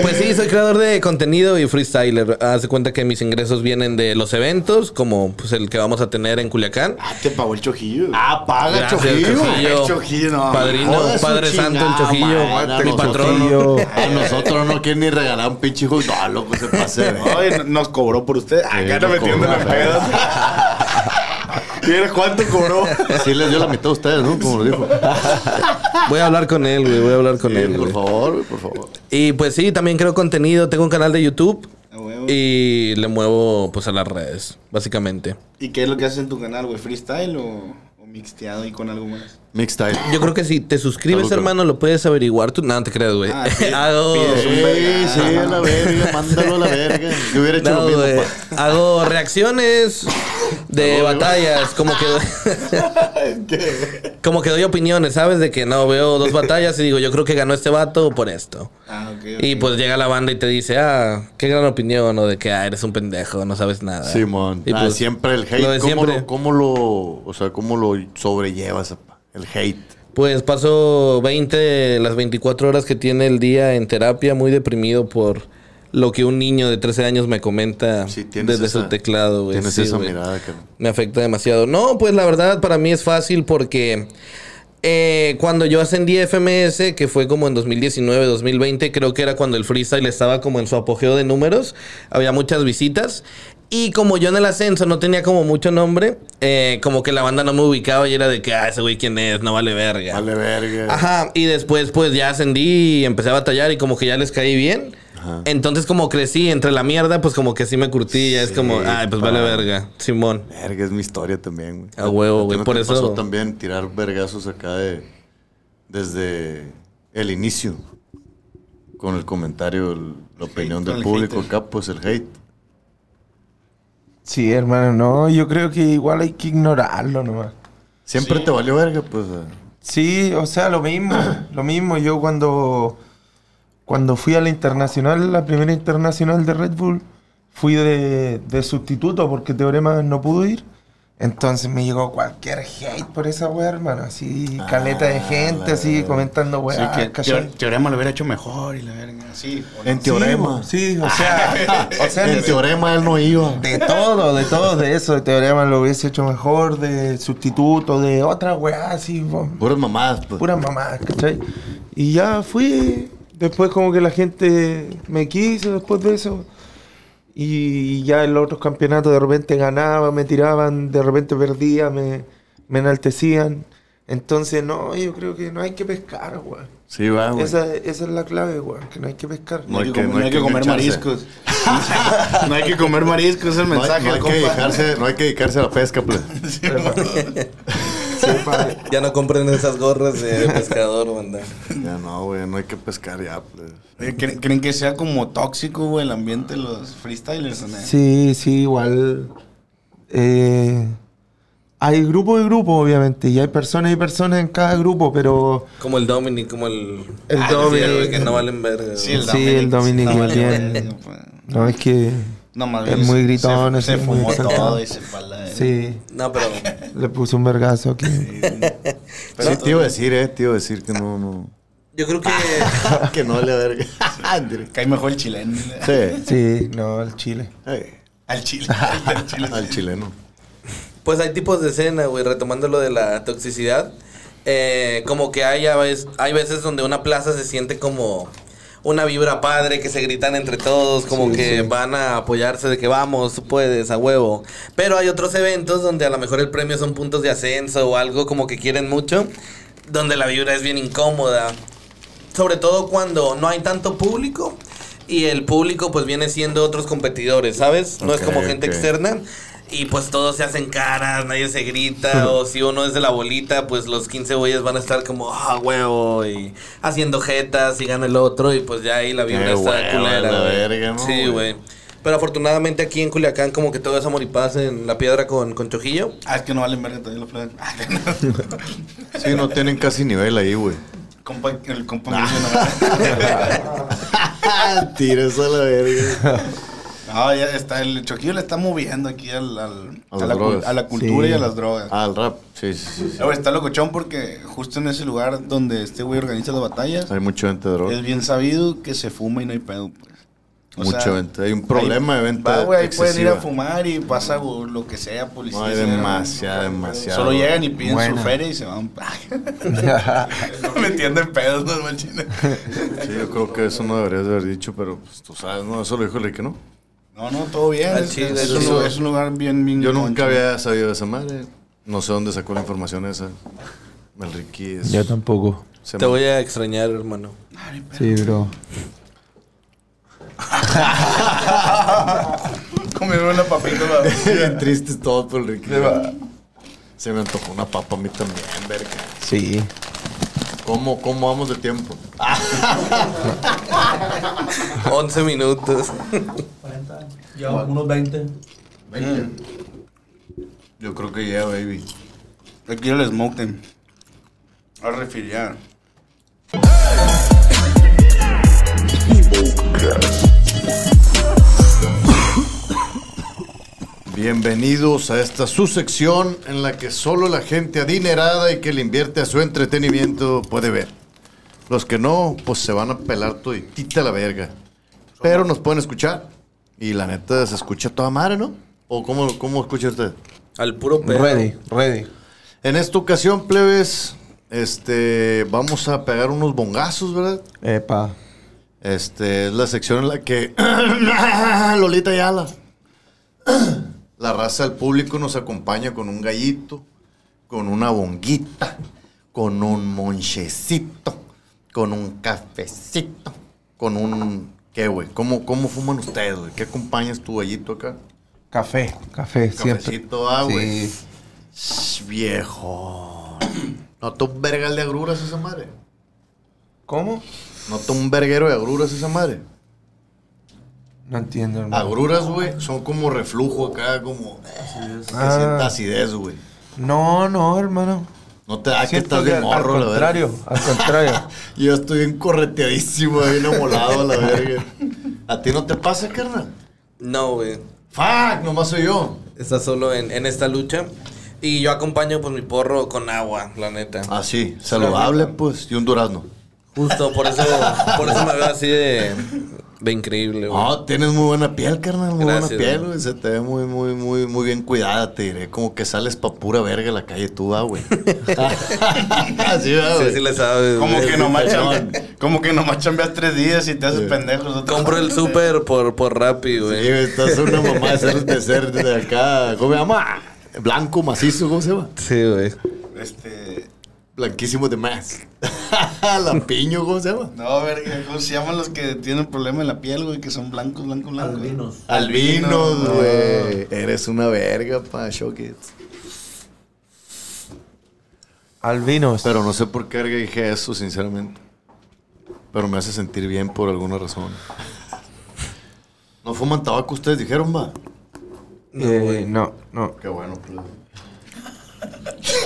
Speaker 3: Pues sí, soy creador de contenido y freestyler. Haz de cuenta que mis ingresos vienen de los eventos, como pues, el que vamos a tener en Culiacán.
Speaker 4: Ah, te pagó el chojillo.
Speaker 2: Ah, paga
Speaker 3: Gracias, Chojillo.
Speaker 4: El Chojillo, no.
Speaker 3: Padrino,
Speaker 2: Joder, su
Speaker 3: Padre Santo, el
Speaker 2: chingada
Speaker 3: Chojillo,
Speaker 2: madre,
Speaker 3: mi
Speaker 2: los
Speaker 3: patrón.
Speaker 6: Chojillo.
Speaker 2: A nosotros no quieren ni regalar un pinche hijo. No, loco, se pase. ¿no?
Speaker 4: Oye, no- nos cobró por usted. Acá no metiendo la peda. Mira cuánto cobró.
Speaker 2: Sí les dio la mitad a ustedes, ¿no? Como lo dijo.
Speaker 3: Voy a hablar con él, güey. Voy a hablar con
Speaker 2: Sí,
Speaker 3: él,
Speaker 2: por
Speaker 3: güey.
Speaker 2: favor, güey, por favor.
Speaker 3: Y pues sí, también creo contenido. Tengo un canal de YouTube.
Speaker 4: A huevo.
Speaker 3: Y le muevo pues a las redes, básicamente.
Speaker 4: ¿Y qué es lo que haces en tu canal, güey? ¿Freestyle o, o mixteado y con algo más?
Speaker 2: Mixtape.
Speaker 3: Yo creo que si te suscribes,
Speaker 2: Salud,
Speaker 3: hermano, lo puedes averiguar tú. No, no te creas, güey.
Speaker 4: Ah, sí.
Speaker 3: Hago-
Speaker 4: Pides un
Speaker 2: Sí, sí, a la verga, mándalo a la verga. Yo hubiera hecho
Speaker 3: No,
Speaker 2: lo mismo.
Speaker 3: güey.
Speaker 2: pa.
Speaker 3: Hago reacciones de batallas, como que como que doy opiniones, ¿sabes? De que no veo dos batallas y digo, yo creo que ganó este vato por esto.
Speaker 4: Ah, ok. ok.
Speaker 3: Y pues llega la banda y te dice, ah, qué gran opinión, o de que ah, eres un pendejo, no sabes nada.
Speaker 2: Simón.
Speaker 3: Y
Speaker 2: Ah,
Speaker 3: pues,
Speaker 2: siempre el hate.
Speaker 3: lo de
Speaker 2: ¿cómo,
Speaker 3: siempre.
Speaker 2: Lo, cómo lo, o sea, cómo lo sobrellevas, apa? El hate.
Speaker 3: Pues paso 20, de las 24 horas que tiene el día en terapia, muy deprimido por lo que un niño de 13 años me comenta
Speaker 2: Sí, tienes
Speaker 3: desde su
Speaker 2: esa-
Speaker 3: teclado, güey.
Speaker 2: Tienes
Speaker 3: Sí,
Speaker 2: esa
Speaker 3: güey.
Speaker 2: mirada, cabrón.
Speaker 3: Me afecta demasiado. No, pues la verdad para mí es fácil porque eh, cuando yo ascendí a FMS, que fue como en 2019, 2020, creo que era cuando el freestyle estaba como en su apogeo de números, había muchas visitas. Y como yo en el ascenso no tenía como mucho nombre, eh, como que la banda no me ubicaba y era de que, ah, ese güey quién es, no vale verga.
Speaker 2: Vale verga.
Speaker 3: Ajá, y después pues ya ascendí y empecé a batallar y como que ya les caí bien. Entonces como crecí entre la mierda, pues como que sí me curtí, ya es
Speaker 2: Sí,
Speaker 3: como, ay, pues
Speaker 2: pa.
Speaker 3: vale verga, Simón.
Speaker 2: Verga, es mi historia también, güey.
Speaker 3: A huevo,
Speaker 2: ti
Speaker 3: güey,
Speaker 2: no
Speaker 3: por
Speaker 2: te
Speaker 3: eso-
Speaker 2: pasó también tirar vergazos acá de... Desde el inicio. Con el comentario, el- la opinión
Speaker 4: con
Speaker 2: del
Speaker 4: el
Speaker 2: público
Speaker 4: hater.
Speaker 2: acá, pues el hate.
Speaker 6: Sí, hermano, no, yo creo que igual hay que ignorarlo nomás.
Speaker 2: Siempre te valió verga, pues. eh.
Speaker 6: Sí, o sea, lo mismo, lo mismo. Yo cuando, cuando fui a la internacional, la primera internacional de Red Bull, fui de, de sustituto porque Teorema no pudo ir. Entonces me llegó cualquier hate por esa wea, hermano. Así, caleta de gente, así, comentando
Speaker 4: Sí,
Speaker 2: Ah,
Speaker 6: wea.
Speaker 4: que teor- teorema lo hubiera hecho mejor y la verga. Sí. o no.
Speaker 2: En teorema.
Speaker 6: Sí, o sea, o sea,
Speaker 2: en
Speaker 6: ni-
Speaker 2: teorema él no iba.
Speaker 6: De todo, de todo, de eso, de teorema lo hubiese hecho mejor, de sustituto, de otra weá, así, bo-
Speaker 2: Puras mamadas, pues.
Speaker 6: pura mamá, ¿cachai? Y ya fui, después como que la gente me quiso después de eso. Y ya en los otros campeonatos de repente ganaba, me tiraban, de repente perdía, me, me enaltecían. Entonces, no, yo creo que no hay que pescar, weón.
Speaker 2: Sí, va, güey.
Speaker 6: Esa, esa es la clave, weón, que no hay que pescar.
Speaker 2: No hay
Speaker 4: que,
Speaker 2: que-
Speaker 4: no hay que comer
Speaker 2: engancharse.
Speaker 4: mariscos. no hay que comer mariscos, es el
Speaker 2: No hay,
Speaker 4: mensaje.
Speaker 2: no hay
Speaker 4: del
Speaker 2: que
Speaker 4: compa.
Speaker 2: dedicarse, no hay que dedicarse a la pesca, pues.
Speaker 6: Sí, padre.
Speaker 3: Ya no compren esas gorras de pescador, banda.
Speaker 2: Ya no, güey, no hay que pescar ya, pues.
Speaker 4: Eh, ¿Creen, creen que sea como tóxico, güey, el ambiente de los freestylers? o no?
Speaker 6: Sí, sí, igual. eh, hay grupo y grupo, obviamente, y hay personas y personas en cada grupo, pero
Speaker 3: Como el Dominic, como el.
Speaker 6: El
Speaker 3: Ah,
Speaker 6: Dominic.
Speaker 3: sí, güey, que no valen verga.
Speaker 4: Sí,
Speaker 3: güey.
Speaker 4: el
Speaker 6: Sí,
Speaker 4: Dominic.
Speaker 6: el Dominic
Speaker 4: no vale
Speaker 6: bien.
Speaker 4: verga, pa.
Speaker 6: no es que.
Speaker 4: No, más
Speaker 6: Es
Speaker 4: bien
Speaker 6: muy
Speaker 4: se-
Speaker 6: gritón,
Speaker 4: Se,
Speaker 6: es
Speaker 4: se
Speaker 6: muy
Speaker 4: fumó
Speaker 6: sacado.
Speaker 4: todo y se pala.
Speaker 6: Sí,
Speaker 3: No, pero.
Speaker 6: le puse un vergazo aquí.
Speaker 2: sí, te iba a decir, eh, te iba a decir que no, no.
Speaker 3: Yo creo que.
Speaker 2: que no le verga.
Speaker 4: Cae mejor el chileno.
Speaker 2: Sí.
Speaker 6: Sí, no, el Chile.
Speaker 2: Ey,
Speaker 4: Al chile. Al chile.
Speaker 2: al chileno.
Speaker 3: Pues hay tipos de escena, güey, retomando lo de la toxicidad. eh, como que hay, a veces, hay veces donde una plaza se siente como una vibra padre, que se gritan entre todos, como que van a apoyarse de que vamos, tú puedes, a huevo. Pero hay otros eventos donde a lo mejor el premio son puntos de ascenso o algo como que quieren mucho, donde la vibra es bien incómoda. Sobre todo cuando no hay tanto público y el público pues viene siendo otros competidores, ¿sabes? No es
Speaker 2: Ok,
Speaker 3: como gente
Speaker 2: ok.
Speaker 3: externa. Y pues todos se hacen caras, nadie se grita. o si uno es de la bolita, pues los 15 güeyes van a estar como, ah, huevo, y haciendo jetas y gana el otro. Y pues ya ahí la vibra
Speaker 2: Qué
Speaker 3: está
Speaker 2: hueva,
Speaker 3: culera.
Speaker 2: la
Speaker 3: güey.
Speaker 2: verga, ¿no,
Speaker 3: sí, güey. Pero afortunadamente aquí en Culiacán, como que todo es amor y paz en la piedra con, con Chojillo.
Speaker 4: Ah, es que no valen verga también los plebes. Ah,
Speaker 2: Sí, no tienen casi nivel ahí, güey.
Speaker 4: compa, el compa me dice no.
Speaker 2: Tiras a la verga.
Speaker 4: No, Ah, ya está, el choquillo le está moviendo aquí al, al-
Speaker 2: A
Speaker 4: a,
Speaker 2: las
Speaker 4: la, cul-
Speaker 2: drogas.
Speaker 4: a la cultura
Speaker 2: Sí.
Speaker 4: y a las drogas.
Speaker 2: Ah, el rap. Sí, sí, sí. sí.
Speaker 4: Luego está locochón porque justo en ese lugar donde este güey organiza las batallas,
Speaker 2: Hay mucho venta de
Speaker 4: es
Speaker 2: droga.
Speaker 4: bien sabido que se fuma y no hay pedo, pues. O
Speaker 2: Mucha
Speaker 4: sea,
Speaker 2: venta. Hay un problema
Speaker 4: ahí-
Speaker 2: de venta
Speaker 4: Va, güey, ahí pueden ir a
Speaker 2: excesiva.
Speaker 4: fumar y pasa güey, lo que sea, policía.
Speaker 2: No, hay
Speaker 4: sea,
Speaker 2: demasiada, demasiada.
Speaker 4: Solo
Speaker 2: droga.
Speaker 4: llegan y piden
Speaker 6: Buena.
Speaker 4: su feria y se van. Metiendo en pedos, no manches.
Speaker 2: Sí, yo creo que eso no deberías de haber dicho, pero pues, tú sabes, no, eso lo dijo el que no.
Speaker 4: No, no, todo bien.
Speaker 3: Al
Speaker 4: Es,
Speaker 3: chile,
Speaker 4: es
Speaker 3: eso
Speaker 4: un
Speaker 3: sí.
Speaker 4: lugar, es un lugar bien, bien.
Speaker 2: Yo nunca
Speaker 4: concha.
Speaker 2: había sabido de esa madre. No sé dónde sacó la información esa. El Ricky es.
Speaker 6: Yo tampoco.
Speaker 2: se
Speaker 3: Te
Speaker 2: ma-
Speaker 3: voy a extrañar, hermano.
Speaker 6: Sí, bro.
Speaker 4: Comieron una papita. la-
Speaker 2: Bien tristes todos por el Ricky. Se me antojó una papa a mí también, verga.
Speaker 6: Sí.
Speaker 2: ¿Cómo, cómo vamos de tiempo?
Speaker 3: 11 minutos.
Speaker 10: Ya, unos 20.
Speaker 3: Mm.
Speaker 2: Yo creo que ya, baby.
Speaker 4: Yo quiero el smoke them. A refiliar.
Speaker 2: Bienvenidos a esta su sección en la que solo la gente adinerada y que le invierte a su entretenimiento puede ver. Los que no, pues se van a pelar toditita la verga. Pero nos pueden escuchar. Y la neta se escucha toda madre, ¿no? ¿O cómo, cómo escucha usted?
Speaker 3: Al puro pedo.
Speaker 6: Ready, ready.
Speaker 2: En esta ocasión, plebes, este, vamos a pegar unos bongazos, ¿verdad?
Speaker 6: Epa.
Speaker 2: Este, es la sección en la que Lolita Ayala. la raza del público nos acompaña con un gallito, con una bonguita, con un monchecito, con un cafecito, con un... ¿Qué, güey? ¿Cómo, ¿Cómo fuman ustedes, güey? ¿Qué acompañas tu gallito acá?
Speaker 6: Café, café, siempre.
Speaker 2: Cafecito, ah, güey.
Speaker 6: Sí.
Speaker 2: Sh, Viejo. ¿No te un vergal de agruras esa madre?
Speaker 6: ¿Cómo?
Speaker 2: ¿No te un verguero de agruras esa madre?
Speaker 6: No entiendo, hermano.
Speaker 2: Agruras, güey, son como reflujo acá, como... eh, que
Speaker 6: Ah.
Speaker 2: sienta acidez, güey.
Speaker 6: No, no, hermano.
Speaker 2: No te da Ah, que
Speaker 6: Siento
Speaker 2: estás
Speaker 6: que
Speaker 2: de
Speaker 6: al-
Speaker 2: morro,
Speaker 6: Al
Speaker 2: la
Speaker 6: contrario,
Speaker 2: verga.
Speaker 6: al contrario.
Speaker 2: Yo estoy bien correteadísimo, bien amolado, la verga. ¿A ti no te pasa, carnal?
Speaker 3: No, güey.
Speaker 2: ¡Fuck! Nomás soy yo.
Speaker 3: Está solo en, en esta lucha. Y yo acompaño pues mi porro con agua, la neta.
Speaker 2: Así, Ah, saludable, pues, y un durazno.
Speaker 3: Justo por eso, por eso me veo así de, de increíble, güey.
Speaker 2: No, tienes muy buena piel, carnal, muy
Speaker 3: Gracias,
Speaker 2: buena piel,
Speaker 3: güey.
Speaker 2: güey. Se te ve muy, muy, muy, muy bien cuidada, te diré. Como que sales pa' pura verga a la calle tú, ah, güey. Así, va,
Speaker 3: Sí,
Speaker 2: güey.
Speaker 3: sí le sabes.
Speaker 4: Como
Speaker 3: güey.
Speaker 4: que nomás chambe- como que nomás chambeas tres días y te haces pendejos.
Speaker 3: Compro el súper por, por Rappi,
Speaker 2: Sí,
Speaker 3: güey.
Speaker 2: güey, estás una mamá de ser de ser de acá. ¿Cómo se llama? Blanco, macizo, ¿cómo se llama?
Speaker 3: Sí, güey.
Speaker 4: Este.
Speaker 2: Blanquísimo de más. Lampiño, ¿cómo se llama?
Speaker 4: No, verga, ¿cómo se llaman los que tienen problema en la piel, güey? Que son blancos, blancos, blancos.
Speaker 10: Albinos.
Speaker 2: Albinos, güey. Eres una verga, pa, Shockits.
Speaker 6: Albinos.
Speaker 2: Pero no sé por qué verga dije eso, sinceramente. Pero me hace sentir bien por alguna razón. ¿No fuman tabaco ustedes dijeron, va?
Speaker 6: Eh, no, no.
Speaker 2: Qué bueno, pues.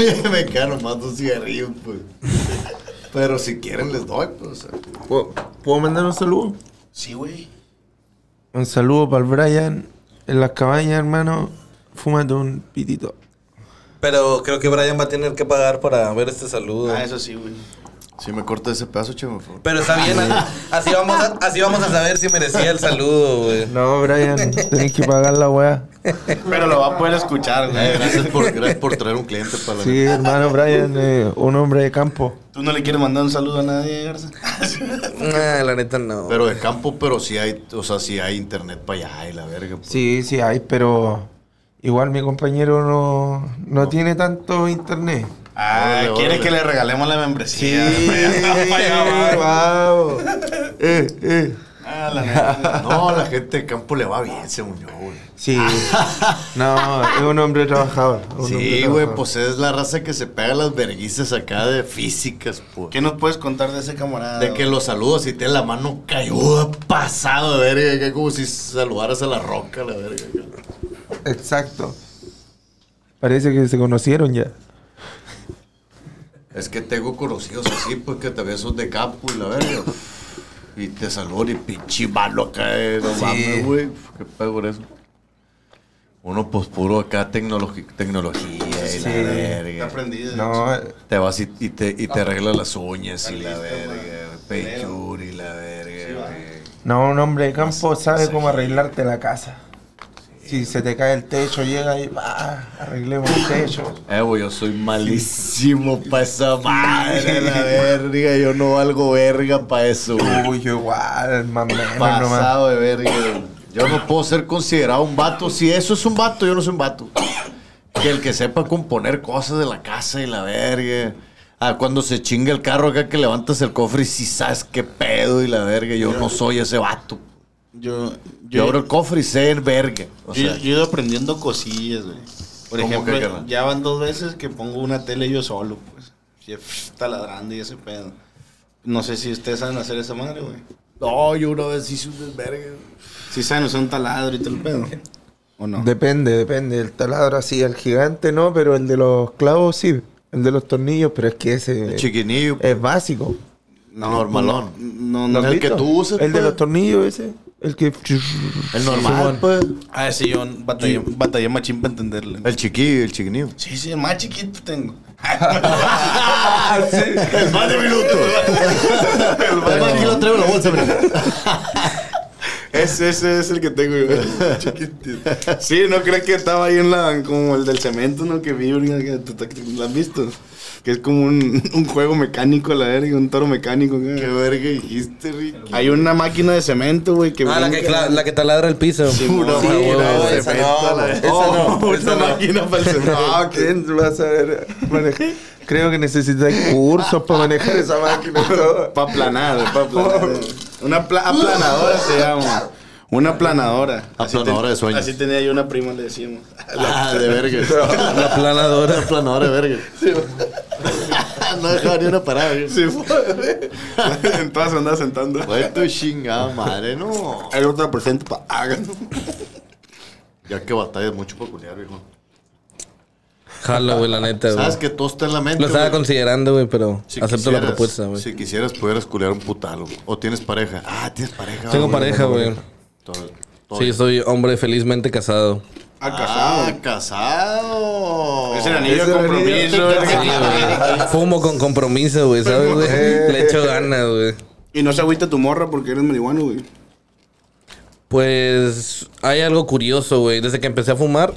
Speaker 2: me quedan nomás dos cigarrillos, pues. Pero si quieren les doy, pues. o sea.
Speaker 6: ¿Puedo, puedo mandar un saludo?
Speaker 4: Sí, güey.
Speaker 6: Un saludo para el Brian. En la cabaña, hermano. Fumando un pitito.
Speaker 3: Pero creo que Brian va a tener que pagar para ver este saludo.
Speaker 4: Ah, eso sí, güey.
Speaker 2: Si me corta ese pedazo, che, por favor.
Speaker 3: Pero está bien, así vamos, a, así vamos a saber si merecía el saludo, güey.
Speaker 6: No, Brian, tenés que pagar la weá.
Speaker 4: Pero lo va a poder escuchar,
Speaker 2: Eh,
Speaker 4: güey.
Speaker 2: gracias, por, gracias por traer un cliente para la
Speaker 6: Sí, hermano Brian, eh, un hombre de campo.
Speaker 4: ¿Tú no le quieres mandar un saludo a nadie, Garza?
Speaker 3: Ah, la neta no.
Speaker 2: Pero de campo, pero sí hay, o sea, sí hay internet para allá y la verga. pues.
Speaker 6: Sí, sí hay, pero igual mi compañero no, no tiene tanto internet.
Speaker 4: Ah,
Speaker 2: Órale, órale.
Speaker 4: ¿quieres que le regalemos la membresía?
Speaker 6: wow. Eh, eh.
Speaker 4: Ah,
Speaker 7: nada, la neta. No, la gente de campo le va bien, según yo, güey.
Speaker 6: Sí. No, es un hombre trabajador. un hombre
Speaker 2: Sí, güey,
Speaker 6: trabajador.
Speaker 2: pues es la raza que se pega las verguizas acá de físicas, pues.
Speaker 4: ¿Qué nos puedes contar de ese camarada?
Speaker 2: De que los saludos y te la mano cayuda, pasado de verga, que como si saludaras a la roca, la verga.
Speaker 6: Exacto. Parece que se conocieron ya.
Speaker 2: Es que tengo conocidos así, pues que también son de campo y la verga. Y te saludan y pinche malo acá, eh, no
Speaker 7: Sí.
Speaker 2: mames, güey. Qué pedo por eso. Uno, pues puro acá tecnologi- tecnología y la
Speaker 7: Sí.
Speaker 2: verga.
Speaker 7: Aprendido.
Speaker 6: No,
Speaker 2: Te vas y, y te, y te arreglas las uñas y la verga. Pechur y la verga. güey.
Speaker 6: No, un hombre de campo sabe cómo arreglarte la casa. Si se te cae el techo, llega y va, arreglemos el techo.
Speaker 2: Eh, güey, yo soy malísimo pa' esa madre, la verga. Yo no valgo verga pa' eso, güey.
Speaker 6: Uy, yo igual, mamá.
Speaker 2: Pasado de verga. güey. Yo no puedo ser considerado un vato. Si eso es un vato, yo no soy un vato. Que el que sepa componer cosas de la casa y la verga. Ah, cuando se chinga el carro acá que levantas el cofre y si sabes qué pedo y la verga. Yo no soy ese vato.
Speaker 4: Yo,
Speaker 2: Yo abro el cofre y sé el verga. O
Speaker 4: yo,
Speaker 2: sea,
Speaker 4: yo he ido aprendiendo cosillas, güey. Por
Speaker 2: ¿Cómo
Speaker 4: ejemplo,
Speaker 2: qué, carnal?
Speaker 4: ya van dos veces que pongo una tele yo solo, pues. Sí, pff, Está ladrando y ese pedo. No sé si ustedes saben hacer esa madre, güey.
Speaker 2: No, yo una vez hice un desvergue.
Speaker 4: Si saben usar un taladro y todo el pedo. ¿O no?
Speaker 6: Depende, depende. El taladro así, el gigante no, pero el de los clavos sí. El de los tornillos, pero es que ese
Speaker 2: chiquinillo.
Speaker 6: es básico.
Speaker 4: No,
Speaker 2: Normalón.
Speaker 4: No,
Speaker 6: ¿Lo
Speaker 4: no,
Speaker 6: has
Speaker 4: no.
Speaker 2: el que
Speaker 6: visto?
Speaker 2: tú usas,
Speaker 6: El de
Speaker 2: pues.
Speaker 6: los tornillos ese. El que...
Speaker 2: El normal, pues.
Speaker 4: Ah, sí, yo batallé, batallé machín para entenderle.
Speaker 2: El chiquillo, el chiquinillo.
Speaker 4: Sí, sí, el más chiquito tengo.
Speaker 2: El más diminuto. el más aquí lo traigo en la bolsa, mira.
Speaker 4: Ese, ese es el que tengo yo. Chiquitito. Sí, no crees que estaba ahí en la. como el del cemento, ¿no? Que vibra. que ta- ta- ta- ¿Lo has visto? Que es como un, un juego mecánico, la verga, un toro mecánico.
Speaker 2: Qué
Speaker 4: acá.
Speaker 2: verga dijiste, Rick.
Speaker 4: Hay una máquina de cemento, güey, que.
Speaker 3: Ah, la que, cla- la que taladra el piso.
Speaker 4: Una
Speaker 3: Sí,
Speaker 4: máquina
Speaker 3: huevo,
Speaker 4: de
Speaker 3: esa
Speaker 4: cemento,
Speaker 3: no,
Speaker 4: la-
Speaker 3: esa
Speaker 4: Oh,
Speaker 3: no,
Speaker 4: Una
Speaker 3: esa no. Ah,
Speaker 4: máquina para el cemento.
Speaker 6: No, ¿quién va a saber manejar? Creo que necesitas cursos para manejar esa máquina. y todo.
Speaker 4: Para aplanar, para aplanar. Una pla- aplanadora se llama. Una aplanadora. Así
Speaker 2: Aplanadora
Speaker 4: ten-
Speaker 2: de sueños.
Speaker 4: Así tenía yo una prima, le decíamos.
Speaker 2: Ah, de verga.
Speaker 3: La planadora.
Speaker 2: La planadora de verga. no dejaba ni una parada. güey.
Speaker 4: Sí, fue. en todas andaba sentando.
Speaker 2: Fue tu chingada madre, no.
Speaker 4: El otro presente para
Speaker 2: ah, Ya que batallas mucho para culiar, viejo.
Speaker 3: Jalo, güey, la neta, güey.
Speaker 2: Sabes que todo está en la mente.
Speaker 3: Lo estaba
Speaker 2: güey.
Speaker 3: considerando, güey, pero
Speaker 2: Si
Speaker 3: acepto la
Speaker 2: quisieras-
Speaker 3: propuesta, güey.
Speaker 2: Si quisieras, pudieras culiar un putalo. O tienes pareja. Ah, tienes pareja.
Speaker 3: Tengo
Speaker 2: güey.
Speaker 3: pareja, güey.
Speaker 2: Todo- todo
Speaker 3: Sí,
Speaker 2: bien.
Speaker 3: soy hombre felizmente casado.
Speaker 4: Ah,
Speaker 2: Ah,
Speaker 4: casado.
Speaker 2: casado.
Speaker 4: Es el anillo de compromiso.
Speaker 3: Sí, güey. Fumo con compromiso, güey, ¿sabes, güey? Le echo ganas, güey.
Speaker 4: Y no se agüita tu morra porque eres marihuano, güey.
Speaker 3: Pues hay algo curioso, güey. Desde que empecé a fumar,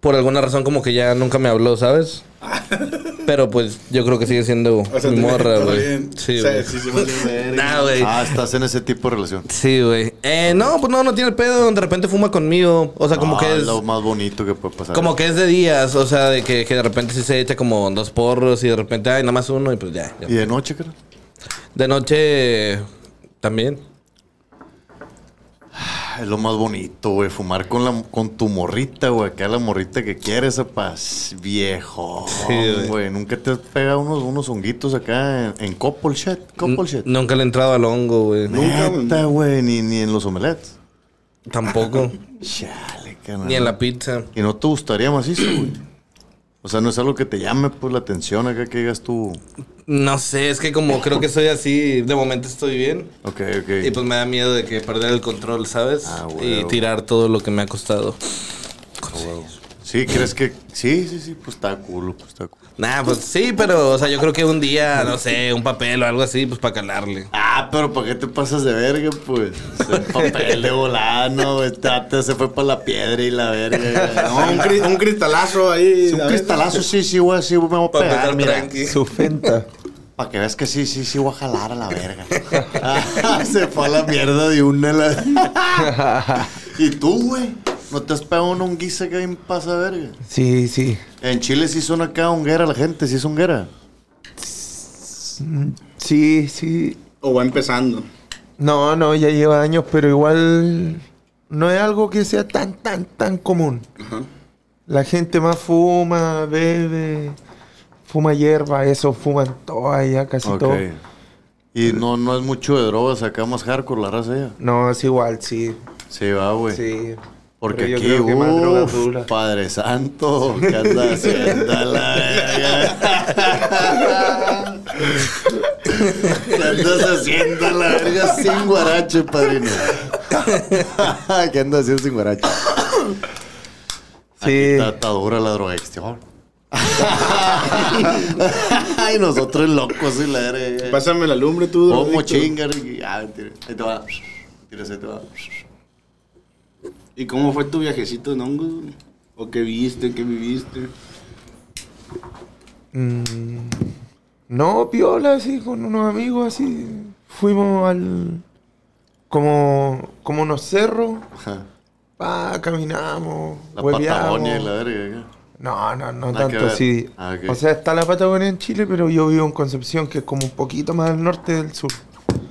Speaker 3: por alguna razón como que ya nunca me habló, ¿sabes? Pero pues yo creo que sigue siendo mi morra, güey. Sí, güey. Nah, güey.
Speaker 2: Ah, estás en ese tipo de relación.
Speaker 3: Sí, güey. Eh, no, pues no, no tiene pedo. De repente fuma conmigo. O sea, como
Speaker 2: Ah,
Speaker 3: que es...
Speaker 2: lo más bonito que puede pasar.
Speaker 3: Como que es de días, o sea, de que, que de repente sí se echa como dos porros y de repente hay nada más uno y pues ya. ya.
Speaker 2: ¿Y de noche, cara?
Speaker 3: De noche también.
Speaker 2: Ah, Es lo más bonito, güey. Fumar con, la, con tu morrita, güey. Acá la morrita que quieres, paz Viejo.
Speaker 3: güey.
Speaker 2: güey. Nunca te has pegado unos, unos honguitos acá en, en couple shit. Couple shit.
Speaker 3: Nunca le he entrado al hongo, güey.
Speaker 2: Neta, güey. Ni, ni en los omelettes.
Speaker 3: Tampoco.
Speaker 2: Chale, carnal.
Speaker 3: Ni en la pizza.
Speaker 2: Y no te gustaría más eso, güey. O sea, no es algo que te llame pues la atención acá que digas tú.
Speaker 3: No sé, es que como creo que soy así, de momento estoy bien.
Speaker 2: Ok, ok.
Speaker 3: Y pues me da miedo de que perder el control, ¿sabes?
Speaker 2: Ah,
Speaker 3: y
Speaker 2: güey.
Speaker 3: tirar todo lo que me ha costado.
Speaker 2: Sí, crees que. Sí, sí, sí, pues está culo, pues está culo.
Speaker 3: Nah, pues sí, pero, o sea, yo creo que un día, no sé, un papel o algo así, pues para calarle.
Speaker 2: Ah, pero ¿para qué te pasas de verga, pues? El papel de volano, güey. Tata se fue para la piedra y la verga.
Speaker 4: No, un, cri- un cristalazo ahí.
Speaker 2: un
Speaker 4: a veces.
Speaker 2: cristalazo, sí, sí, güey, sí, me voy a
Speaker 3: Para
Speaker 2: pegar,
Speaker 3: empezar
Speaker 2: mira.
Speaker 3: tranqui.
Speaker 6: Su fenta.
Speaker 2: Para que veas que sí, sí, sí, voy a jalar a la verga. Ah, se fue a la mierda de una. la- ¿Y tú, güey? ¿No te has pegado un guisa que bien pasa verga?
Speaker 6: Sí, sí.
Speaker 2: En Chile sí son acá honguera la gente, sí es honguera.
Speaker 6: Sí, sí.
Speaker 4: O va empezando.
Speaker 6: No, no, ya lleva años, pero igual no es algo que sea tan, tan, tan común. La gente más fuma, bebe, fuma hierba, eso, fuman todo allá, casi
Speaker 2: Ok.
Speaker 6: todo.
Speaker 2: Y no, no es mucho de drogas, acá más hardcore la raza ya.
Speaker 6: No, es igual, sí.
Speaker 2: Sí, va, güey.
Speaker 6: Sí.
Speaker 2: Porque
Speaker 6: Pero yo
Speaker 2: aquí,
Speaker 6: creo que más drogas
Speaker 2: uf,
Speaker 6: duras.
Speaker 2: Padre Santo, ¿qué anda haciendo la verga? ¿Qué andas haciendo la verga sin guarache, padrino? ¿Qué andas haciendo sin guarache? Aquí está, está dura la drogadicción. Ay, nosotros locos y la verga.
Speaker 4: Pásame la lumbre tú,
Speaker 2: ¿Cómo
Speaker 4: drogadicto.
Speaker 2: chingar? Ah, mentira. Ahí te va. Tira, ahí te va.
Speaker 4: ¿Y cómo fue tu viajecito en hongos? güey? ¿O qué viste? ¿Qué viviste?
Speaker 6: Mm, no, piola, así, con unos amigos, así. Fuimos al. como. como unos cerros.
Speaker 2: Ajá.
Speaker 6: Pa, caminamos.
Speaker 2: La
Speaker 6: hueveamos.
Speaker 2: Patagonia y la verga. acá.
Speaker 6: No, no, no
Speaker 2: Nada que
Speaker 6: tanto,
Speaker 2: ver.
Speaker 6: sí.
Speaker 2: Ah, ok.
Speaker 6: O sea, está la Patagonia en Chile, pero yo vivo en Concepción, que es como un poquito más al norte del sur.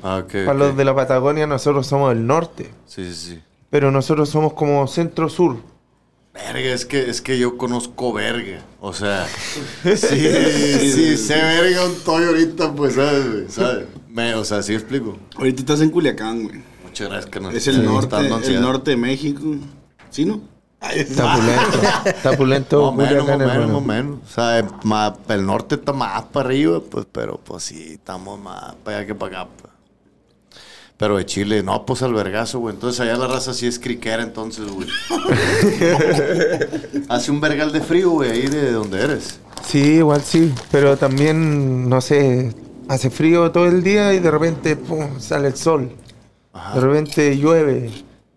Speaker 2: Ah, ok.
Speaker 6: Para
Speaker 2: ok.
Speaker 6: los de la Patagonia, nosotros somos del norte,
Speaker 2: Sí, sí, sí.
Speaker 6: pero nosotros somos como centro-sur.
Speaker 2: Verga, es que, es que yo conozco verga. O sea, sí, sí, sé verga un toy ahorita, pues, ¿sabes? güey? ¿Sabes? Me, o sea, sí explico.
Speaker 4: Ahorita estás en Culiacán, güey.
Speaker 2: Muchas gracias, carnal.
Speaker 4: Es el
Speaker 2: Sí.
Speaker 4: norte,
Speaker 2: Está dando
Speaker 4: el
Speaker 2: ansiedad.
Speaker 4: norte de México. ¿Sí, no?
Speaker 6: Está pulento. Está
Speaker 2: Más o
Speaker 6: pulento.
Speaker 2: menos, más o
Speaker 6: Culiacán,
Speaker 2: menos,
Speaker 6: hermano.
Speaker 2: más o menos. O sea, eh, más- el norte está más para arriba, pues, pero pues sí, estamos más para allá que para acá. pues. Pero de Chile, no, pues al vergazo, güey. Entonces allá la raza sí es criquera, entonces, güey. Hace un vergal de frío, güey, ahí de donde eres.
Speaker 6: Sí, igual sí, pero también, no sé, hace frío todo el día y de repente pum, sale el sol. De repente llueve.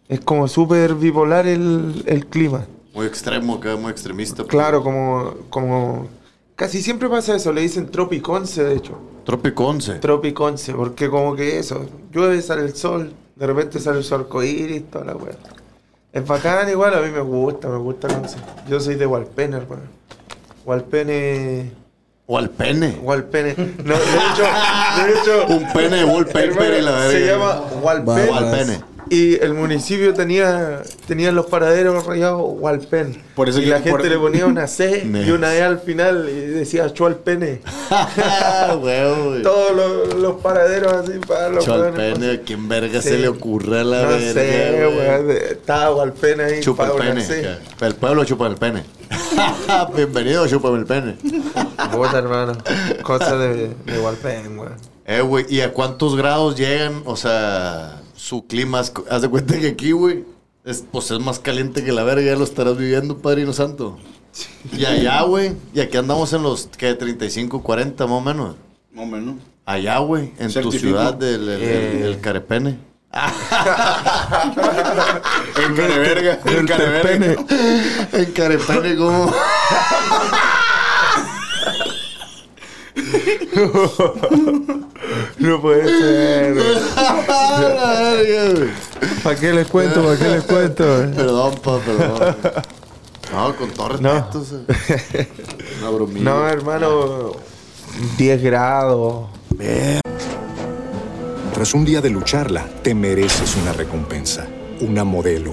Speaker 6: Es como súper bipolar el, el clima.
Speaker 2: Muy extremo acá, muy extremista. pues.
Speaker 6: Claro, como, como... Casi siempre pasa eso, le dicen tropiconce, de hecho.
Speaker 2: Tropiconce.
Speaker 6: Tropiconce, porque como que eso, llueve, sale el sol, de repente sale su arcoíris, toda la weá. Es bacán igual, a mí me gusta, me gusta el once. Yo soy de Walpene, hermano. Walpene...
Speaker 2: O al pene.
Speaker 6: Walpene. No, de hecho, de hecho...
Speaker 2: Un pene de wallpaper y la verga.
Speaker 6: Se llama Walpen.
Speaker 2: Walpene.
Speaker 6: Y el municipio tenía, tenía los paraderos rayados Walpen.
Speaker 4: Por eso
Speaker 6: y
Speaker 4: que-
Speaker 6: la gente
Speaker 4: por-
Speaker 6: le ponía una C y una E al final y decía Chualpene.
Speaker 2: Ah, huevo, güey.
Speaker 6: Todos los, los paraderos así para los
Speaker 2: Chol
Speaker 6: hueones.
Speaker 2: pene, ¿a quién verga
Speaker 6: Sí.
Speaker 2: se le ocurre a la
Speaker 6: No
Speaker 2: verga?
Speaker 6: sé,
Speaker 2: güey?
Speaker 6: weón. Estaba Walpen ahí.
Speaker 2: Chupa
Speaker 6: pa'
Speaker 2: el
Speaker 6: una
Speaker 2: pene.
Speaker 6: C.
Speaker 2: acá. El pueblo chupa el pene. Bienvenido a Chupa el pene.
Speaker 6: Puta, hermano. Cosa de, de Walpen, weón.
Speaker 2: Eh, güey, ¿y a cuántos grados llegan? O sea, su clima. es- Haz de cuenta que aquí, güey, es, pues es más caliente que la verga. Ya lo estarás viviendo, Padrino Santo. Y allá, güey. Y aquí andamos en los, ¿qué? 35, 40 más o menos.
Speaker 4: Más o menos.
Speaker 2: Allá, güey, en tu
Speaker 4: Certifico.
Speaker 2: ciudad del el- el- el Carepene.
Speaker 4: En Careverga. En Careverga.
Speaker 2: En Carepene, ¿cómo?
Speaker 6: No puede ser.
Speaker 2: La verga, güey.
Speaker 6: ¿Para qué les cuento? ¿Para qué les cuento?
Speaker 2: Perdón, pa, perdón. No, con todo
Speaker 6: No.
Speaker 2: respeto. o sea, Una bromilla.
Speaker 6: No, eh. hermano.
Speaker 2: Ah.
Speaker 6: 10 grados.
Speaker 9: Tras un día de lucharla, te mereces una recompensa, una modelo,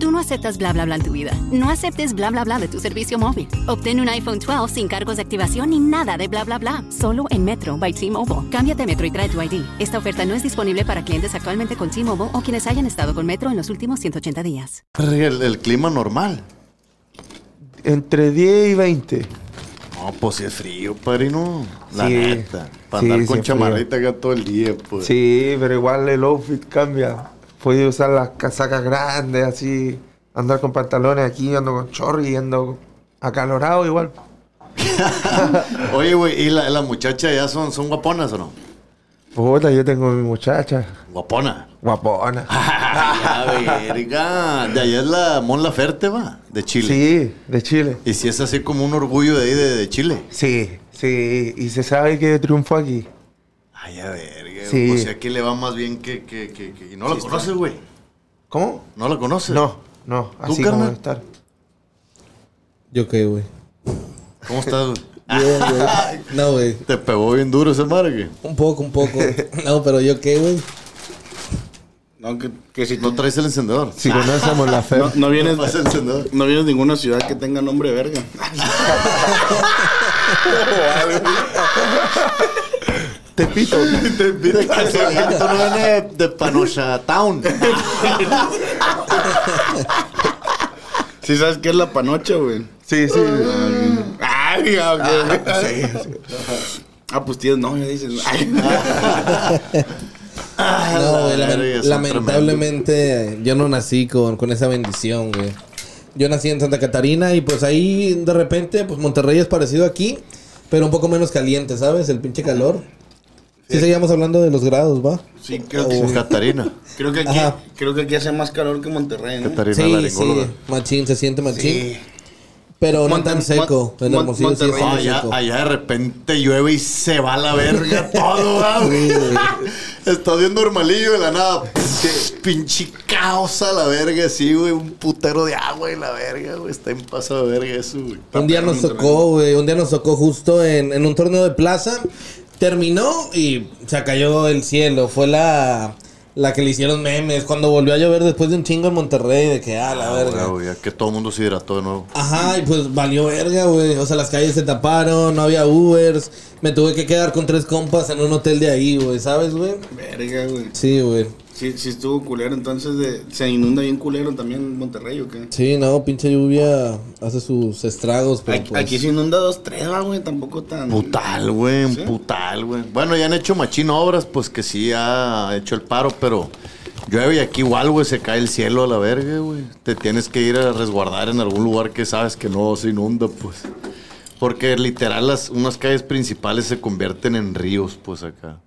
Speaker 11: Tú no aceptas bla bla bla en tu vida. No aceptes bla bla bla de tu servicio móvil. Obtén un iPhone 12 sin cargos de activación ni nada de bla bla bla. Solo en Metro by T-Mobile. Cámbiate a Metro y trae tu ID. Esta oferta no es disponible para clientes actualmente con T-Mobile o quienes hayan estado con Metro en los últimos 180 días.
Speaker 2: El, el clima normal.
Speaker 6: Entre 10 y 20.
Speaker 2: No, pues sí es frío, padrino. La
Speaker 6: Sí.
Speaker 2: neta. Para
Speaker 6: Sí,
Speaker 2: andar
Speaker 6: sí
Speaker 2: con
Speaker 6: es frío.
Speaker 2: chamarrita acá todo el día, pues.
Speaker 6: Sí, pero igual el outfit cambia. Puedes usar las casacas grandes, así, Andar con pantalones aquí, ando con chorri, ando acalorado igual.
Speaker 2: Oye, güey, ¿y la, la muchacha ya son, son guaponas o no?
Speaker 6: Puta, yo tengo mi muchacha.
Speaker 2: Guapona.
Speaker 6: Guapona.
Speaker 2: Ah, verga. De allá es la Mon Laferte, va, de Chile.
Speaker 6: Sí, de Chile.
Speaker 2: Y si es así como un orgullo de ahí de, de Chile.
Speaker 6: Sí, sí. Y se sabe que triunfo aquí.
Speaker 2: Ay, a verga.
Speaker 6: Sí.
Speaker 2: O sea, que le va más bien que... que, que, que- Y no la
Speaker 6: Sí, está.
Speaker 2: conoces, güey.
Speaker 6: ¿Cómo?
Speaker 2: No la conoces.
Speaker 6: No, no.
Speaker 2: ¿Tú,
Speaker 6: Así como
Speaker 2: carnal?
Speaker 6: debe estar.
Speaker 3: Yo qué, güey.
Speaker 2: ¿Cómo estás, güey?
Speaker 3: Bien, güey. No, güey.
Speaker 2: Te pegó bien duro ese margue.
Speaker 3: Un poco, un poco. No, pero yo qué, güey.
Speaker 4: No, que, que si
Speaker 2: No
Speaker 4: tú-
Speaker 2: traes el encendedor.
Speaker 6: Si conocemos la fe.
Speaker 4: no, no vienes,
Speaker 2: Pasa el encendedor.
Speaker 4: no vienes de ninguna ciudad que tenga nombre de verga.
Speaker 6: Te pito.
Speaker 2: Esto no viene de Panocha Town.
Speaker 4: Si sabes qué es la panocha, güey.
Speaker 6: Sí, sí.
Speaker 4: Ay, ah, ok. Ah, pues tienes no, ya dices.
Speaker 3: No, güey,
Speaker 2: Ah, La
Speaker 3: lamen-
Speaker 2: verga, son
Speaker 3: lamentablemente yo no nací con, con esa bendición, güey. Yo nací en Santa Catarina y pues ahí de repente, pues Monterrey es parecido aquí, pero un poco menos caliente, ¿sabes? El pinche calor. Sí, seguíamos hablando de los grados, ¿va?
Speaker 4: Sí, creo que,
Speaker 2: Como Catarina.
Speaker 4: creo, que aquí,
Speaker 3: Ajá.
Speaker 4: creo que aquí hace más calor que Monterrey, ¿no?
Speaker 2: Catarina
Speaker 3: Sí,
Speaker 2: laringóloga.
Speaker 3: sí, machín, se siente machín.
Speaker 4: Sí.
Speaker 3: Pero no
Speaker 4: Monte-
Speaker 3: tan seco.
Speaker 4: Mon-
Speaker 3: en
Speaker 4: Mon-
Speaker 3: Hermosillo sí
Speaker 4: Monterrey.
Speaker 3: está
Speaker 2: No,
Speaker 3: muy
Speaker 2: allá,
Speaker 3: seco.
Speaker 2: allá de repente llueve y se va a la verga todo, ah, güey. Está bien normalillo de la nada. Pinche caos a la verga, sí, güey. Un putero de agua y la verga, güey. Está en paso de verga eso, güey.
Speaker 3: Un día nos tocó, güey. Un día nos tocó justo en, en un torneo de plaza. Terminó y se cayó el cielo. Fue la, la que le hicieron memes. Cuando volvió a llover después de un chingo en Monterrey. De que, ah, la
Speaker 2: Ah,
Speaker 3: verga.
Speaker 2: güey, ya que todo el mundo se hidrató de nuevo.
Speaker 3: Ajá, y pues valió verga, güey. O sea, las calles se taparon, no había Ubers. Me tuve que quedar con tres compas en un hotel de ahí, güey. ¿Sabes, güey?
Speaker 4: Verga, güey.
Speaker 3: Sí, güey.
Speaker 4: Si, si estuvo culero, entonces de- se inunda bien culero también Monterrey, ¿o qué?
Speaker 3: Sí, no, pinche lluvia hace sus estragos. Pero
Speaker 4: Aquí,
Speaker 3: pues-
Speaker 4: aquí se inunda dos, tres, va, güey. Tampoco tan.
Speaker 2: Putal, güey, en putal, güey. Bueno, ya han hecho machín obras, pues que sí ha hecho el paro, pero llueve y aquí igual, güey, se cae el cielo a la verga, güey. Te tienes que ir a resguardar en algún lugar que sabes que no se inunda, pues. Porque literal, las, unas calles principales se convierten en ríos, pues acá.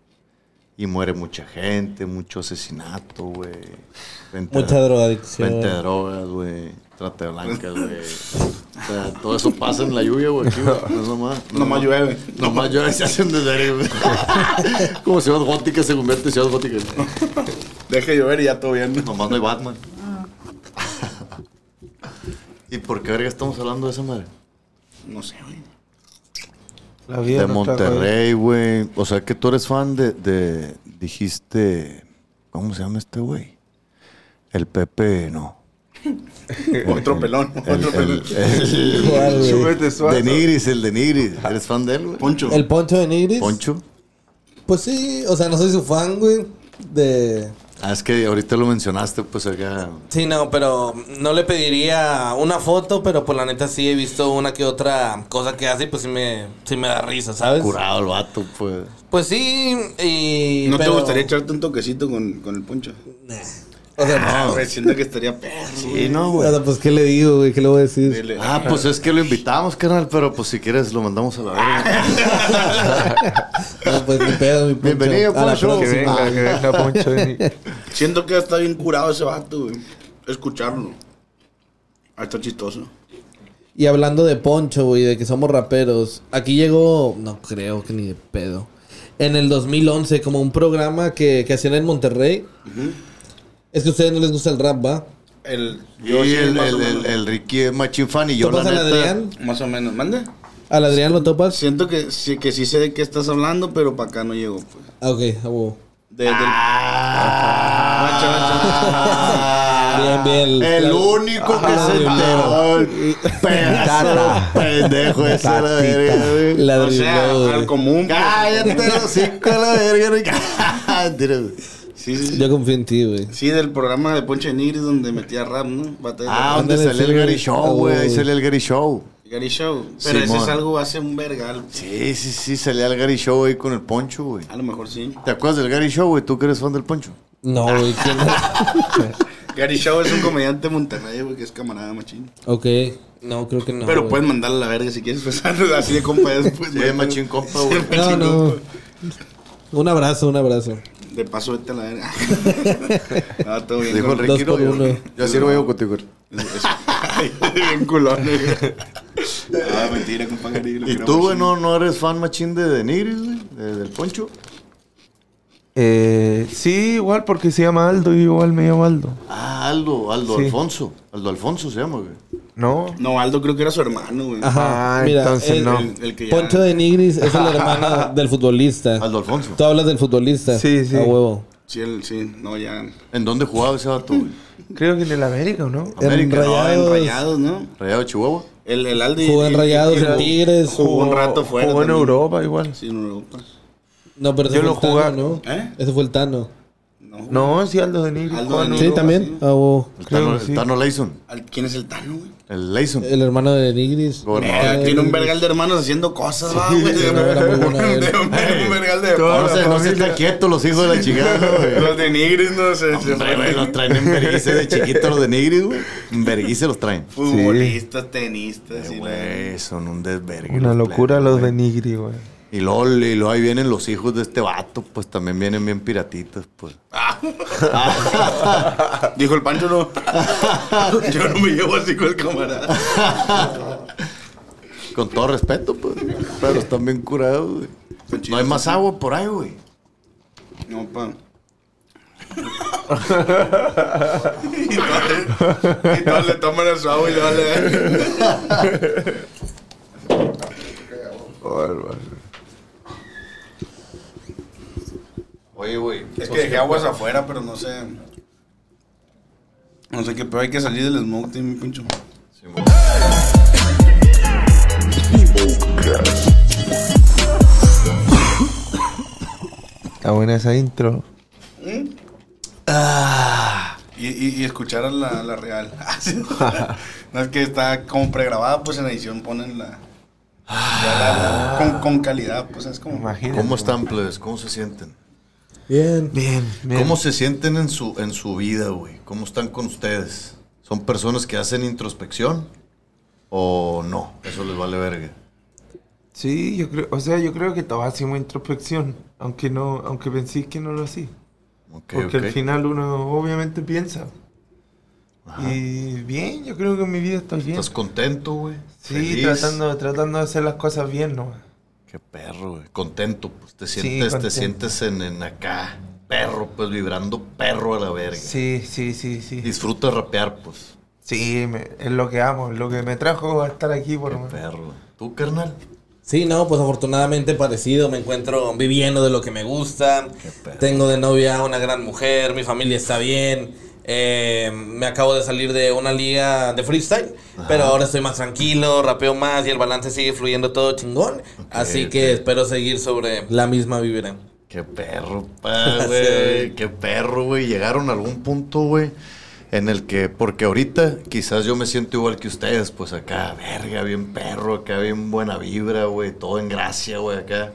Speaker 2: Y muere mucha gente, mucho asesinato, güey. Venta-
Speaker 3: Mucha drogadicción.
Speaker 2: Venta de drogas, güey. Trata de blancas, güey. O sea, todo eso pasa en la lluvia, güey. aquí, güey. No es nomás. no
Speaker 4: Nomás llueve.
Speaker 2: Nomás llueve y se hacen de verga, güey. Como ciudad gótica se convierte en ciudad gótica.
Speaker 4: Deja llover y ya todo bien.
Speaker 2: Nomás no hay Batman. ¿Y por qué verga estamos hablando de esa madre?
Speaker 4: No sé, güey.
Speaker 6: La vida
Speaker 2: de
Speaker 6: nos trajo ahí.
Speaker 2: Monterrey, güey. O sea que tú eres fan de, de- Dijiste. ¿Cómo se llama este güey? El Pepe, no.
Speaker 4: Otro pelón.
Speaker 2: El,
Speaker 4: otro pelón.
Speaker 2: el- el-
Speaker 3: ¿Cuál, güey?
Speaker 6: Súbete suave.
Speaker 2: de Nigris, el de Nigris. ¿Eres fan de él, güey?
Speaker 4: Poncho.
Speaker 3: El poncho de Nigris.
Speaker 2: Poncho.
Speaker 3: Pues sí, o sea, no soy su fan, güey. De.
Speaker 2: Ah, es que ahorita lo mencionaste, pues acá.
Speaker 3: Sí, no, pero no le pediría una foto, pero por la neta sí he visto una que otra cosa que hace y pues sí me, sí me da risa, ¿sabes?
Speaker 2: Curado el vato, pues.
Speaker 3: Pues sí, y.
Speaker 4: ¿No
Speaker 3: pero-
Speaker 4: te gustaría echarte un toquecito con, con el poncho?
Speaker 3: O sea,
Speaker 4: Ah, güey, siento que estaría perro.
Speaker 2: Sí, no,
Speaker 3: o sea, pues qué le digo, güey, qué le voy a decir.
Speaker 4: Dile.
Speaker 2: Ah, pues es que lo invitamos, carnal, pero pues si quieres lo mandamos a la
Speaker 3: Ah,
Speaker 2: verga.
Speaker 3: No, pues mi pedo, mi poncho.
Speaker 2: Bienvenido,
Speaker 3: A la
Speaker 2: Poncho.
Speaker 6: Que
Speaker 3: próxima.
Speaker 6: venga, que venga Poncho de mí.
Speaker 4: Siento que está bien curado ese vato, güey. Escucharlo. Ah, está chistoso.
Speaker 3: Y hablando de Poncho, güey, de que somos raperos, aquí llegó, no creo que ni de pedo, en el 2011 como un programa que, que hacían en Monterrey. Es que a ustedes no les gusta el rap, ¿va?
Speaker 4: El,
Speaker 2: Y
Speaker 4: sí,
Speaker 2: el,
Speaker 4: más, o
Speaker 2: el, el,
Speaker 4: menos.
Speaker 2: el Ricky es machín fan y yo la
Speaker 3: ¿Topas al
Speaker 2: neta.
Speaker 3: Adrián?
Speaker 4: Más o menos. ¿Mande?
Speaker 3: ¿Al Adrián lo topas?
Speaker 4: Siento que sí, que sí sé de qué estás hablando, pero para acá no llego, pues.
Speaker 3: Ah, ok, a huevo.
Speaker 4: De- del-
Speaker 2: Ah.
Speaker 4: Macho,
Speaker 2: Bien,
Speaker 3: Bien, bien.
Speaker 2: El
Speaker 3: La-
Speaker 2: único que
Speaker 3: Ah,
Speaker 2: se
Speaker 3: bien.
Speaker 2: enteró. El pedazo de pendejo ese a la verga, güey.
Speaker 3: La
Speaker 4: O sea,
Speaker 3: dribleó, güey.
Speaker 4: al común. pues.
Speaker 2: Cállate los hocico a la verga, Ricky. Tira, güey.
Speaker 4: Sí, sí, sí.
Speaker 3: Yo confío en ti, güey.
Speaker 4: Sí, del programa de Poncho de Nigris donde metía rap, ¿no? Batalla de
Speaker 2: Ah,
Speaker 4: rap.
Speaker 2: donde
Speaker 3: Ándale,
Speaker 2: sale
Speaker 3: sí,
Speaker 2: el Gary
Speaker 3: güey. Ah,
Speaker 2: Show, güey. Ahí
Speaker 3: güey.
Speaker 2: sale el Gary Show.
Speaker 4: Gary Show. Pero ese
Speaker 2: Simón.
Speaker 4: es algo hace un vergal.
Speaker 2: Sí, sí, sí, salía el Gary Show ahí con el poncho, güey.
Speaker 4: A lo mejor sí.
Speaker 2: ¿Te acuerdas del Gary Show, güey? ¿Tú que eres fan del poncho?
Speaker 3: No, güey, ¿quién?
Speaker 4: Gary Shaw es un comediante de Monterrey, güey, que es camarada machín.
Speaker 3: Ok. No, creo que no. Ah,
Speaker 4: pero
Speaker 3: güey.
Speaker 4: puedes mandar a la verga si quieres, pues así de compa es, pues.
Speaker 2: Sí, machín compa, güey.
Speaker 3: No, no. Un abrazo, un abrazo.
Speaker 4: De paso, vete a la verga. no, todo bien.
Speaker 2: Dijo
Speaker 4: con-
Speaker 2: el Ricky,
Speaker 3: Dos por
Speaker 2: no,
Speaker 3: uno.
Speaker 2: yo, yo así no veo contigo.
Speaker 4: Ay, bien culón. eh. güey. Ah, mentira, compa Gary. lo
Speaker 2: ¿Y
Speaker 4: quiero
Speaker 2: tú, güey,
Speaker 4: machín.
Speaker 2: no, no eres fan machín de, de Nigris, güey? De- del Poncho.
Speaker 6: Eh, sí, igual porque se llama Aldo y igual me llamo Aldo.
Speaker 2: Ah, Aldo, Aldo
Speaker 6: Sí. Eh.
Speaker 2: Alfonso. Aldo Alfonso se llama, güey.
Speaker 6: ¿No?
Speaker 4: No, Aldo creo que era su hermano, güey.
Speaker 6: Ah, entonces
Speaker 3: el-
Speaker 6: no.
Speaker 4: El, el que ya...
Speaker 3: Poncho de Nigris es la hermana del futbolista.
Speaker 2: Aldo Alfonso.
Speaker 3: Tú hablas del futbolista.
Speaker 6: Sí, sí.
Speaker 3: A huevo.
Speaker 4: Sí, el, sí, no, ya...
Speaker 2: ¿En dónde jugaba ese vato, güey?
Speaker 6: Creo que en el América, ¿o ¿no?
Speaker 2: América,
Speaker 3: Rayados.
Speaker 2: ¿no?
Speaker 4: No, en Rayados, ¿no?
Speaker 2: Rayado de Chihuahua.
Speaker 4: El, el Aldo... y-
Speaker 3: Jugó en
Speaker 4: y-
Speaker 3: Rayados,
Speaker 4: y-
Speaker 3: en Tigres.
Speaker 4: Jugó un rato fuera.
Speaker 6: Jugó en
Speaker 4: también.
Speaker 6: Europa igual.
Speaker 4: Sí, en Europa.
Speaker 3: No, pero ese
Speaker 6: Yo
Speaker 3: fue
Speaker 6: lo
Speaker 3: el Tano,
Speaker 6: jugaba-
Speaker 3: ¿no?
Speaker 4: ¿Eh?
Speaker 3: Ese fue el Tano.
Speaker 4: No.
Speaker 6: No, sí, Aldo de Nigris.
Speaker 4: Aldo
Speaker 6: Juan,
Speaker 4: de
Speaker 6: ¿no?
Speaker 4: Nigris.
Speaker 3: Sí,
Speaker 4: Europa,
Speaker 3: también. Ah,
Speaker 4: sí.
Speaker 3: A huevo.
Speaker 2: El
Speaker 6: Creo
Speaker 2: Tano,
Speaker 6: que
Speaker 2: el
Speaker 6: sí.
Speaker 2: Tano Leyson.
Speaker 4: Al- ¿Quién es el Tano, güey?
Speaker 2: El Leyson.
Speaker 3: El hermano de Nigris.
Speaker 2: Gobernador.
Speaker 4: Eh, tiene un vergal de hermanos haciendo cosas, va, güey.
Speaker 3: Pues sí, no, era muy buena,
Speaker 4: De-
Speaker 3: él.
Speaker 4: un vergal de
Speaker 2: Ah, No
Speaker 4: hermanos.
Speaker 2: se, no se está quieto los hijos de la chingada, güey.
Speaker 4: Los de Nigris, no sé. se
Speaker 2: Hombre, güey,
Speaker 4: fueron
Speaker 2: los traen en verguice de chiquito los de Nigris, güey. En verguice los traen.
Speaker 4: Futbolistas, tenistas y la-
Speaker 2: Güey, son un desvergue.
Speaker 6: Una
Speaker 2: los
Speaker 6: locura
Speaker 2: plebes,
Speaker 6: los de
Speaker 2: güey.
Speaker 6: Nigris, güey.
Speaker 2: Y luego, y luego ahí vienen los hijos de este vato, pues también vienen bien piratitas, pues.
Speaker 4: Dijo el Pancho, no. Yo no me llevo así con el camarada.
Speaker 2: Con todo respeto, pues. Pero están bien curados, güey. No hay más agua por ahí, güey.
Speaker 4: No, pa. y todos le toman a su agua y le vale.
Speaker 2: Oye, güey.
Speaker 4: Es que dejé aguas afuera, pero no sé. No sé qué, pero hay que salir del smoke, tío, mi pincho.
Speaker 6: Está buena esa intro.
Speaker 4: Ah. Y, y, y escuchar a la, la real. no es que está como pregrabada, pues en edición ponen la. ya la- la- con, con calidad, pues es como.
Speaker 6: Imagínate.
Speaker 2: ¿Cómo están, plebes? ¿Cómo se sienten?
Speaker 3: Bien.
Speaker 6: Bien, bien.
Speaker 2: ¿Cómo se sienten en su, en su vida, güey? ¿Cómo están con ustedes? ¿Son personas que hacen introspección? ¿O no? Eso les vale verga.
Speaker 6: Sí, yo creo, o sea, yo creo que todos hacemos introspección, aunque no, aunque pensé que no lo hacía.
Speaker 2: Ok,
Speaker 6: Porque
Speaker 2: ok.
Speaker 6: al final uno obviamente piensa. Y bien, yo creo que en mi vida estoy bien.
Speaker 2: ¿Estás contento, güey?
Speaker 6: Sí,
Speaker 2: ¿Feliz?
Speaker 6: tratando, tratando de hacer las cosas bien, ¿no?
Speaker 2: Qué perro, güey. Contento, pues. Te
Speaker 6: Sí,
Speaker 2: sientes, te
Speaker 6: contento.
Speaker 2: sientes en, en acá. Perro, pues, vibrando perro a la verga.
Speaker 6: Sí, sí, sí, sí.
Speaker 2: Disfruta rapear, pues.
Speaker 6: Sí, me- es lo que amo, es lo que me trajo a estar aquí por
Speaker 2: Qué
Speaker 6: lo menos.
Speaker 2: perro. ¿Tú, carnal?
Speaker 3: Sí, no, pues afortunadamente parecido, me encuentro viviendo de lo que me gusta,
Speaker 2: pedo.
Speaker 3: tengo de novia a una gran mujer, mi familia está bien, eh, me acabo de salir de una liga de freestyle, pero ahora estoy más tranquilo, rapeo más y el balance sigue fluyendo todo chingón, así
Speaker 2: ok.
Speaker 3: que espero seguir sobre la misma vibra.
Speaker 2: Qué perro, pa, güey. Qué perro, güey. Llegaron a algún punto, güey, en el que, porque ahorita quizás yo me siento igual que ustedes, pues acá, verga, bien perro, acá, bien buena vibra, güey, todo en gracia, güey, acá.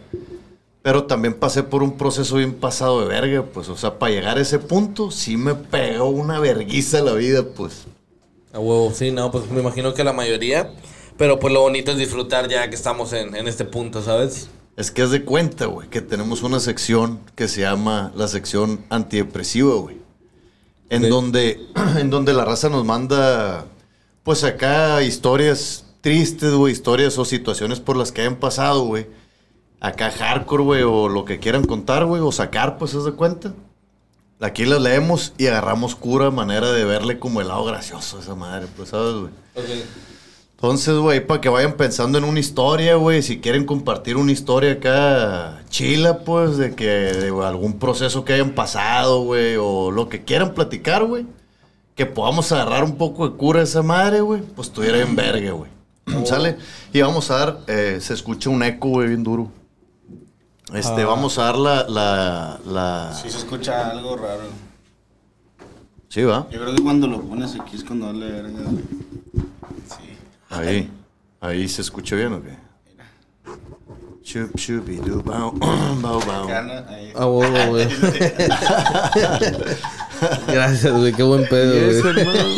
Speaker 2: Pero también pasé por un proceso bien pasado de verga, pues, o sea, para llegar a ese punto, sí me pegó una verguiza la vida, pues.
Speaker 3: A huevo, sí, no, pues me imagino que la mayoría, pero pues lo bonito es disfrutar ya que estamos en, en este punto, ¿sabes?
Speaker 2: Es que haz de cuenta, güey, que tenemos una sección que se llama la sección antidepresiva, güey. En,
Speaker 3: Ok.
Speaker 2: donde, en donde la raza nos manda, pues acá, historias tristes, güey, historias o situaciones por las que hayan pasado, güey. Acá hardcore, güey, o lo que quieran contar, güey, o sacar, pues haz de cuenta. Aquí las leemos y agarramos cura, manera de verle como el lado gracioso a esa madre, pues, ¿sabes, güey? Entonces, güey, para que vayan pensando en una historia, güey, si quieren compartir una historia acá chila, pues, de que de algún proceso que hayan pasado, güey, o lo que quieran platicar, güey, que podamos agarrar un poco de cura a esa madre, güey, pues estuviera en verga, güey. ¿Sale? Y vamos a dar, eh, se escucha un eco, güey, bien duro. Este, vamos a dar la, la, la...
Speaker 4: Si se escucha algo raro.
Speaker 2: Sí, va.
Speaker 4: Yo creo que cuando lo pones aquí es cuando vale verga. güey. Sí.
Speaker 2: Ahí, ahí se escucha bien, ¿o qué? Chup, chupidu, bau, bau, bau.
Speaker 4: Gana, ahí.
Speaker 3: A huevo, güey. Gracias, güey. Qué buen pedo,
Speaker 7: Y
Speaker 3: güey.
Speaker 7: eso, hermano.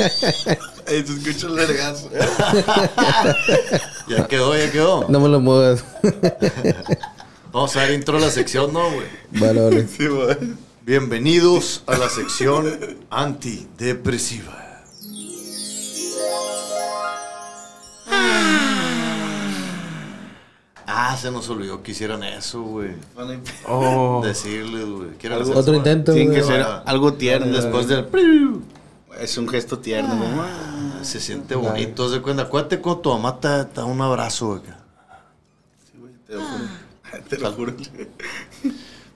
Speaker 7: Ey, te escucho el vergazo.
Speaker 2: Ya quedó, ya quedó.
Speaker 3: No me lo muevas.
Speaker 2: Vamos a dar intro a la sección, ¿no, güey?
Speaker 3: Vale, vale.
Speaker 2: Sí, güey. Bienvenidos a la sección antidepresiva. Ah, se nos olvidó que hicieran eso, güey.
Speaker 4: Oh.
Speaker 2: Decirles, güey. Quiero
Speaker 4: Algo-
Speaker 2: hacer-
Speaker 4: Otro intento,
Speaker 2: Tiene
Speaker 4: güey.
Speaker 2: que ser algo tierno. Después del...
Speaker 4: Es un gesto
Speaker 3: Ah.
Speaker 4: tierno, mamá.
Speaker 2: Se siente bonito. Se cuenta. Acuérdate cuando tu mamá te te da un abrazo, acá.
Speaker 4: Te lo juro. Te lo juro.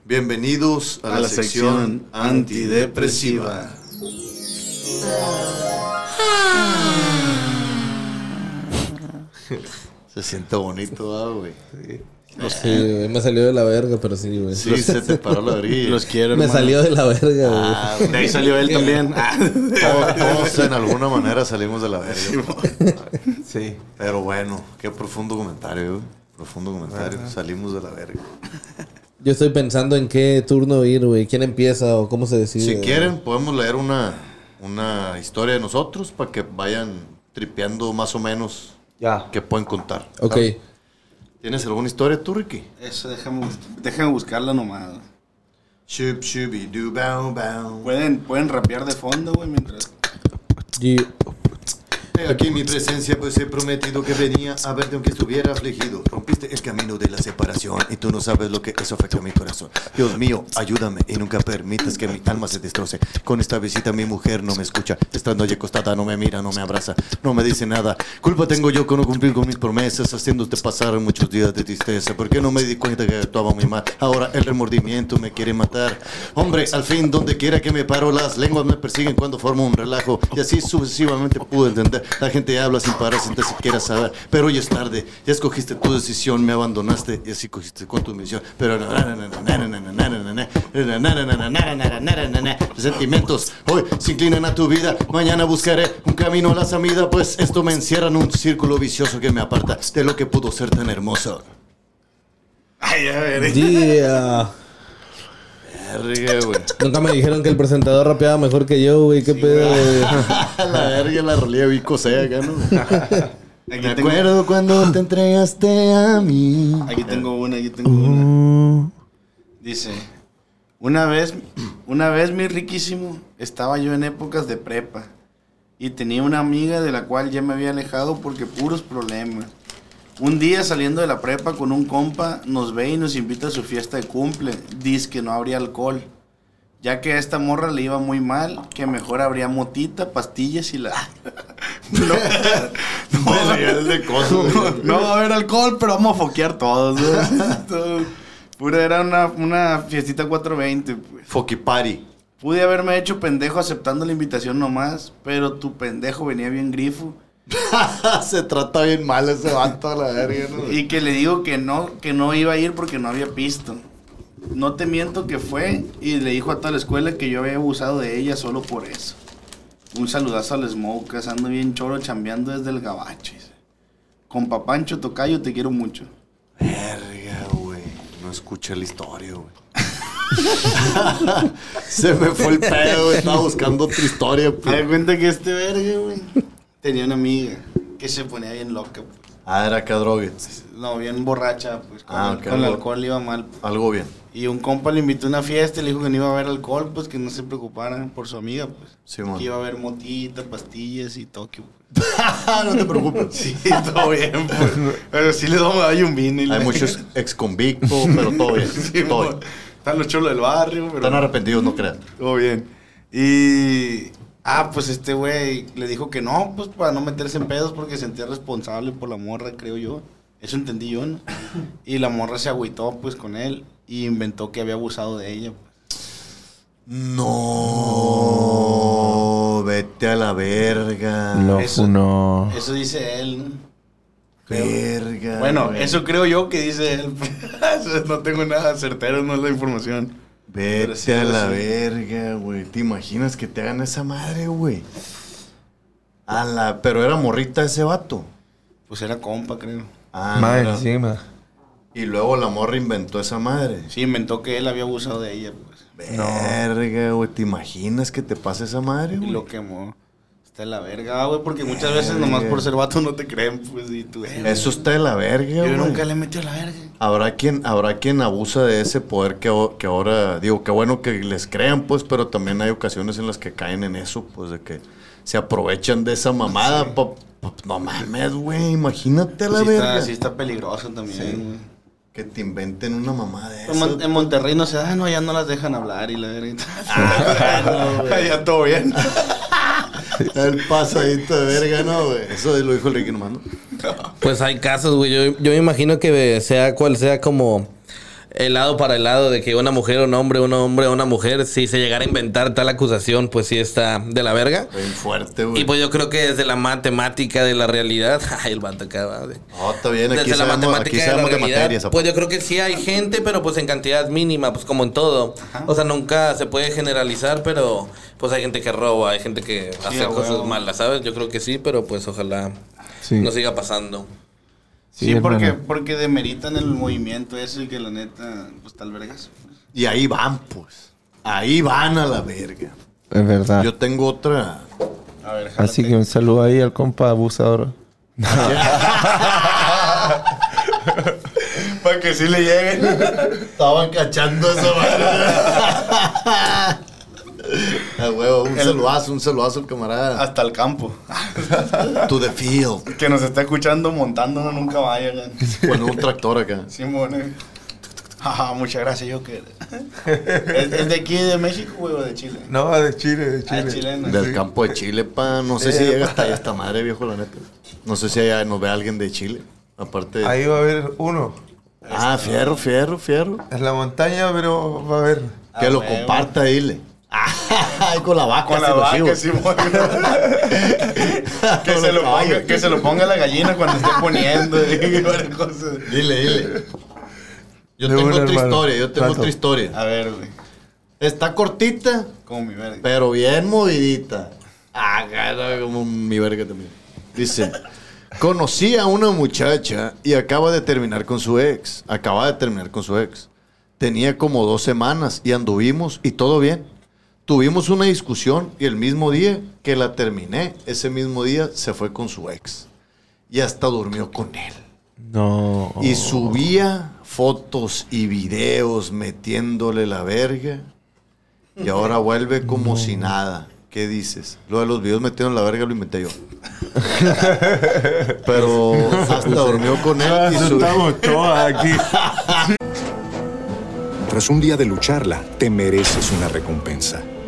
Speaker 2: Bienvenidos a, la, sección antidepresiva. Se siente bonito, ah, güey.
Speaker 3: Sí, güey, me salió de la verga, pero sí, güey.
Speaker 2: Sí, se te paró la orilla. Los quiero,
Speaker 3: Me
Speaker 2: hermano. Ah.
Speaker 3: salió de la verga, güey.
Speaker 2: güey.
Speaker 4: Ah, De ahí salió él también. Ah.
Speaker 2: Todos, todos en alguna manera salimos de la verga. Sí. Pero bueno, qué profundo comentario, güey. Profundo comentario. Salimos de la verga.
Speaker 3: Yo estoy pensando en qué turno ir, güey. ¿Quién empieza o cómo se decide?
Speaker 2: Si
Speaker 3: güey?
Speaker 2: quieren, podemos leer una, una historia de nosotros para que vayan tripeando más o menos
Speaker 6: ya.
Speaker 2: que pueden contar.
Speaker 3: Ok.
Speaker 2: ¿sabes? ¿Tienes alguna historia tú, Ricky?
Speaker 4: Eso, déjame, bus- déjame buscarla nomás.
Speaker 2: Shub, shubi, do, bow, bow.
Speaker 4: Pueden, pueden rapear de fondo, güey, mientras.
Speaker 2: He Aquí en mi presencia pues he prometido que venía a verte aunque estuviera afligido. Rompiste el camino de la separación y tú no sabes lo que eso afecta a mi corazón. Dios mío, ayúdame y nunca permitas que mi alma se destroce. Con esta visita mi mujer no me escucha. Estando allí acostada no me mira, no me abraza, no me dice nada. Culpa tengo yo con no cumplir con mis promesas, haciéndote pasar muchos días de tristeza. Porque no me di cuenta que actuaba muy mal. Ahora el remordimiento me quiere matar. Hombre, al fin, donde quiera que me paro, las lenguas me persiguen cuando formo un relajo. Y así sucesivamente pude entender. La gente habla sin parar, sin tan siquiera saber. Pero hoy es tarde. Ya escogiste tu decisión, me abandonaste y así cogiste con tu misión. Pero. Sentimientos hoy se inclinan a tu vida. Mañana buscaré un camino a la salida, pues esto me encierra en un círculo vicioso que me aparta de lo que pudo ser tan hermoso.
Speaker 4: Ay, a ver. eh.
Speaker 3: Yeah.
Speaker 2: Verga, güey.
Speaker 3: ah. Nunca me dijeron que el presentador rapeaba mejor que yo, güey. ¿Qué pedo, güey?
Speaker 2: la verga, la rolía de Vico Sea acá, ¿no? Me
Speaker 4: tengo-
Speaker 2: acuerdo cuando te entregaste a mí.
Speaker 4: Aquí tengo una, aquí tengo una. Dice, una vez, una vez, mi riquísimo, estaba yo en épocas de prepa y tenía una amiga de la cual ya me había alejado porque puros problemas. Un día saliendo de la prepa con un compa, nos ve y nos invita a su fiesta de cumple. Dice que no habría alcohol, ya que a esta morra le iba muy mal, que mejor habría motita, pastillas y la... no, no, no va a haber alcohol, pero vamos a foquear todos. ¿no? Todo. Pura era una, una fiestita 420. Pues.
Speaker 2: Foqui party.
Speaker 4: Pude haberme hecho pendejo aceptando la invitación nomás, pero tu pendejo venía bien grifo.
Speaker 2: Se trata bien mal ese vato a la verga, ¿no?
Speaker 4: Y que le digo que no, que no iba a ir porque no había pisto. No te miento que fue y le dijo a toda la escuela que yo había abusado de ella solo por eso. Un saludazo al Smoke, ando bien choro chambeando desde el gabacho. dice. Con papancho tocayo te quiero mucho.
Speaker 2: Verga, güey. No escuché la historia, güey. Se me fue el pedo, güey. Estaba buscando otra historia,
Speaker 4: Me di
Speaker 2: pues.
Speaker 4: cuenta que este verga, güey, tenía una amiga que se ponía bien loca, pues.
Speaker 2: Ah, era que drogues.
Speaker 4: No, bien borracha, pues. Con,
Speaker 2: Ah,
Speaker 4: el-
Speaker 2: ok,
Speaker 4: con el
Speaker 2: algo-
Speaker 4: alcohol le iba mal.
Speaker 2: Algo bien.
Speaker 4: Y un compa le invitó a una fiesta y le dijo que no iba a haber alcohol, pues que no se preocuparan por su amiga, pues.
Speaker 2: Simón.
Speaker 4: Que iba a haber motita, pastillas y Tokio, pues.
Speaker 2: no te preocupes.
Speaker 4: Sí, todo bien, pues. Pero sí le damos ahí un vino. y la-
Speaker 2: Hay muchos ex convictos, pero todo bien.
Speaker 4: Sí,
Speaker 2: todo
Speaker 4: mo-
Speaker 2: bien.
Speaker 4: Están los cholos del barrio, pero.
Speaker 2: Están arrepentidos, no crean.
Speaker 4: Todo bien. Y. Ah, pues este güey le dijo que no, pues para no meterse en pedos porque se sentía responsable por la morra, creo yo. Eso entendí yo, ¿no? Y la morra se agüitó, pues, con él y inventó que había abusado de ella. pues.
Speaker 2: No. Vete a la verga.
Speaker 6: Lo
Speaker 4: Eso-
Speaker 6: funó.
Speaker 4: Eso dice él, ¿no?
Speaker 2: Verga.
Speaker 4: Bueno,
Speaker 2: güey.
Speaker 4: eso creo yo que dice él. pues. no tengo nada certero, no es la información.
Speaker 2: Vete
Speaker 4: Pero sí,
Speaker 2: a
Speaker 4: pero
Speaker 2: la
Speaker 4: sí.
Speaker 2: verga, güey. ¿Te imaginas que te hagan esa madre, güey? A la... Pero era morrita ese vato.
Speaker 4: Pues era compa, creo.
Speaker 2: Ah, no,
Speaker 6: Más
Speaker 2: era-
Speaker 6: encima.
Speaker 2: Y luego la morra inventó esa madre.
Speaker 4: Sí, inventó que él había abusado de ella, pues.
Speaker 2: Verga, güey. ¿Te imaginas que te pase esa madre,
Speaker 4: Y
Speaker 2: güey?
Speaker 4: lo quemó. Está de la verga, güey, porque muchas veces nomás por ser vato no te creen, pues, y tú... eh,
Speaker 2: Eso está de la verga,
Speaker 4: Yo
Speaker 2: güey.
Speaker 4: nunca le he metido la verga.
Speaker 2: Habrá quien, habrá quien abusa de ese poder que, o- que ahora, digo, qué bueno que les crean, pues, pero también hay ocasiones en las que caen en eso, pues, de que se aprovechan de esa mamada. pa- pa- no mames, güey, imagínate la
Speaker 4: sí,
Speaker 2: verga.
Speaker 4: está, sí está peligroso también, güey.
Speaker 2: Que te inventen una mamada de
Speaker 4: En, Mon-
Speaker 2: esas.
Speaker 4: en Monterrey no se da, "Ah, no, ya no las dejan hablar y la verga.
Speaker 2: Ah, ya todo bien. El pasadito de verga, no, güey. Eso lo dijo el Ricky nomás, ¿no?
Speaker 3: Pues hay casos, güey. Yo, yo me imagino que sea cual sea como helado para helado de que una mujer, un hombre, un hombre, una mujer, si se llegara a inventar tal acusación, pues sí está de la verga.
Speaker 2: Bien fuerte, güey.
Speaker 3: Y pues yo creo que desde la matemática de la realidad, ay, el vato acá va, güey.
Speaker 2: No, está bien, aquí
Speaker 3: Desde la
Speaker 2: sabemos,
Speaker 3: matemática
Speaker 2: aquí
Speaker 3: de la
Speaker 2: sabemos de,
Speaker 3: realidad,
Speaker 2: materias.
Speaker 3: Pues yo creo que sí hay gente, pero pues en cantidad mínima, pues como en todo. O sea, nunca se puede generalizar, pero pues hay gente que roba, hay gente que hace
Speaker 4: a
Speaker 3: cosas
Speaker 4: huevo.
Speaker 3: malas, ¿sabes? Yo creo que sí, pero pues ojalá
Speaker 6: Sí.
Speaker 3: no siga pasando.
Speaker 6: Sí,
Speaker 4: Sí,
Speaker 6: hermano.
Speaker 4: porque, porque demeritan el movimiento ese y que la neta, pues tal vergas.
Speaker 2: Y ahí van, pues. Ahí van a la verga.
Speaker 6: Es verdad.
Speaker 2: Yo tengo otra.
Speaker 4: A ver,
Speaker 6: Así que un saludo ahí al compa abusador.
Speaker 2: Para que sí le lleguen. Estaban cachando esa madre. A huevo, un saludazo, un saludazo al camarada.
Speaker 4: Hasta el campo.
Speaker 2: To the field.
Speaker 4: Que nos está escuchando montándonos nunca vaya. güey.
Speaker 2: Bueno, un tractor acá.
Speaker 4: Simón. eh. Ajá, muchas gracias, yo que. ¿Es, es de aquí, de México, güey, o de Chile?
Speaker 6: No, de Chile, de
Speaker 4: Ah, chileno.
Speaker 2: Del campo de Chile, pa. No sé si llega hasta allá esta madre, viejo, la neta. No sé si allá nos ve alguien de Chile. Aparte.
Speaker 6: Ahí va a haber uno.
Speaker 2: Ah, fierro, fierro, fierro.
Speaker 6: En la montaña, pero va a haber.
Speaker 2: Que lo
Speaker 4: Ah, huevo.
Speaker 2: comparta, dile. Ay, con la vaca,
Speaker 4: Ah, Con
Speaker 2: se
Speaker 4: la
Speaker 2: lo chivo.
Speaker 4: vaca, Simón. que, se lo ponga, que se lo ponga la gallina cuando esté poniendo. y varias cosas.
Speaker 2: Dile, dile. Yo
Speaker 6: De
Speaker 2: tengo
Speaker 6: una,
Speaker 2: otra
Speaker 6: hermano.
Speaker 2: historia, yo tengo
Speaker 6: Trato.
Speaker 2: otra historia.
Speaker 4: A ver, güey.
Speaker 2: Está cortita,
Speaker 4: Como mi verga.
Speaker 2: pero bien movidita. Ah, cara, como mi verga también. Dice, conocí a una muchacha y acaba de terminar con su ex. Acaba de terminar con su ex. Tenía como dos semanas y anduvimos y todo bien. Tuvimos una discusión y el mismo día que la terminé, ese mismo día se fue con su ex. Y hasta durmió con él.
Speaker 6: No.
Speaker 2: Y subía fotos y videos metiéndole la verga. Y ahora vuelve como si nada. ¿Qué dices? Lo de los videos metiéndole la verga lo inventé yo. Pero hasta durmió con él y subió.
Speaker 6: Ah, todos aquí.
Speaker 9: Tras un día de lucharla, te mereces una recompensa,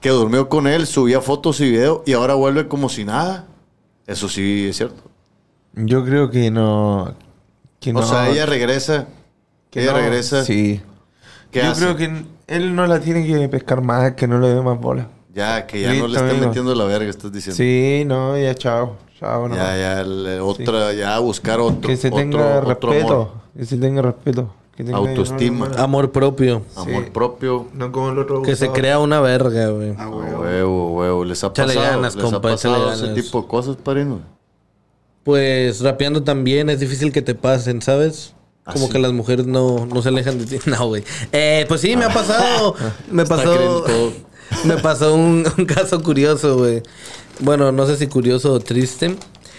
Speaker 2: que durmió con él, subía fotos y videos y ahora vuelve como si nada. Eso sí es cierto.
Speaker 6: Yo creo que no. Que
Speaker 2: O
Speaker 6: no-
Speaker 2: sea, ella regresa.
Speaker 6: que
Speaker 2: ella
Speaker 6: no-
Speaker 2: regresa.
Speaker 6: Sí.
Speaker 2: ¿Qué
Speaker 6: Yo
Speaker 2: hace?
Speaker 6: creo que n- él no la tiene que pescar más, que no le dé más bola.
Speaker 2: Ya, que ya no le
Speaker 6: Listo,
Speaker 2: está
Speaker 6: amigo.
Speaker 2: metiendo la verga, estás diciendo.
Speaker 6: Sí, no, ya chao. Chao, no.
Speaker 2: Ya, ya, le- otra, ya buscar otro.
Speaker 6: que se
Speaker 2: otro-
Speaker 6: tenga
Speaker 2: otro
Speaker 6: respeto.
Speaker 2: amor,
Speaker 6: que se tenga respeto. Que tenga
Speaker 2: Autoestima.
Speaker 6: No,
Speaker 3: Amor propio.
Speaker 2: amor
Speaker 6: Sí.
Speaker 2: propio.
Speaker 6: no como el otro.
Speaker 3: Que se
Speaker 6: abusado.
Speaker 3: crea una verga, güey.
Speaker 6: Ah,
Speaker 2: A huevo, huevo. Les ha
Speaker 3: Échale
Speaker 2: pasado,
Speaker 3: ganas,
Speaker 2: les
Speaker 3: compa,
Speaker 2: ha
Speaker 3: échale
Speaker 2: pasado ese
Speaker 3: ganas.
Speaker 2: tipo de cosas, parino.
Speaker 3: Pues rapeando también es difícil que te pasen, ¿sabes?
Speaker 2: Ah,
Speaker 3: Como
Speaker 2: sí.
Speaker 3: que las mujeres no, no se alejan de ti. No, güey. Eh, pues sí, me ha pasado. Me
Speaker 2: Está
Speaker 3: pasó.
Speaker 2: creyendo todo.
Speaker 3: Me pasó un, un caso curioso, güey. Bueno, no sé si curioso o triste.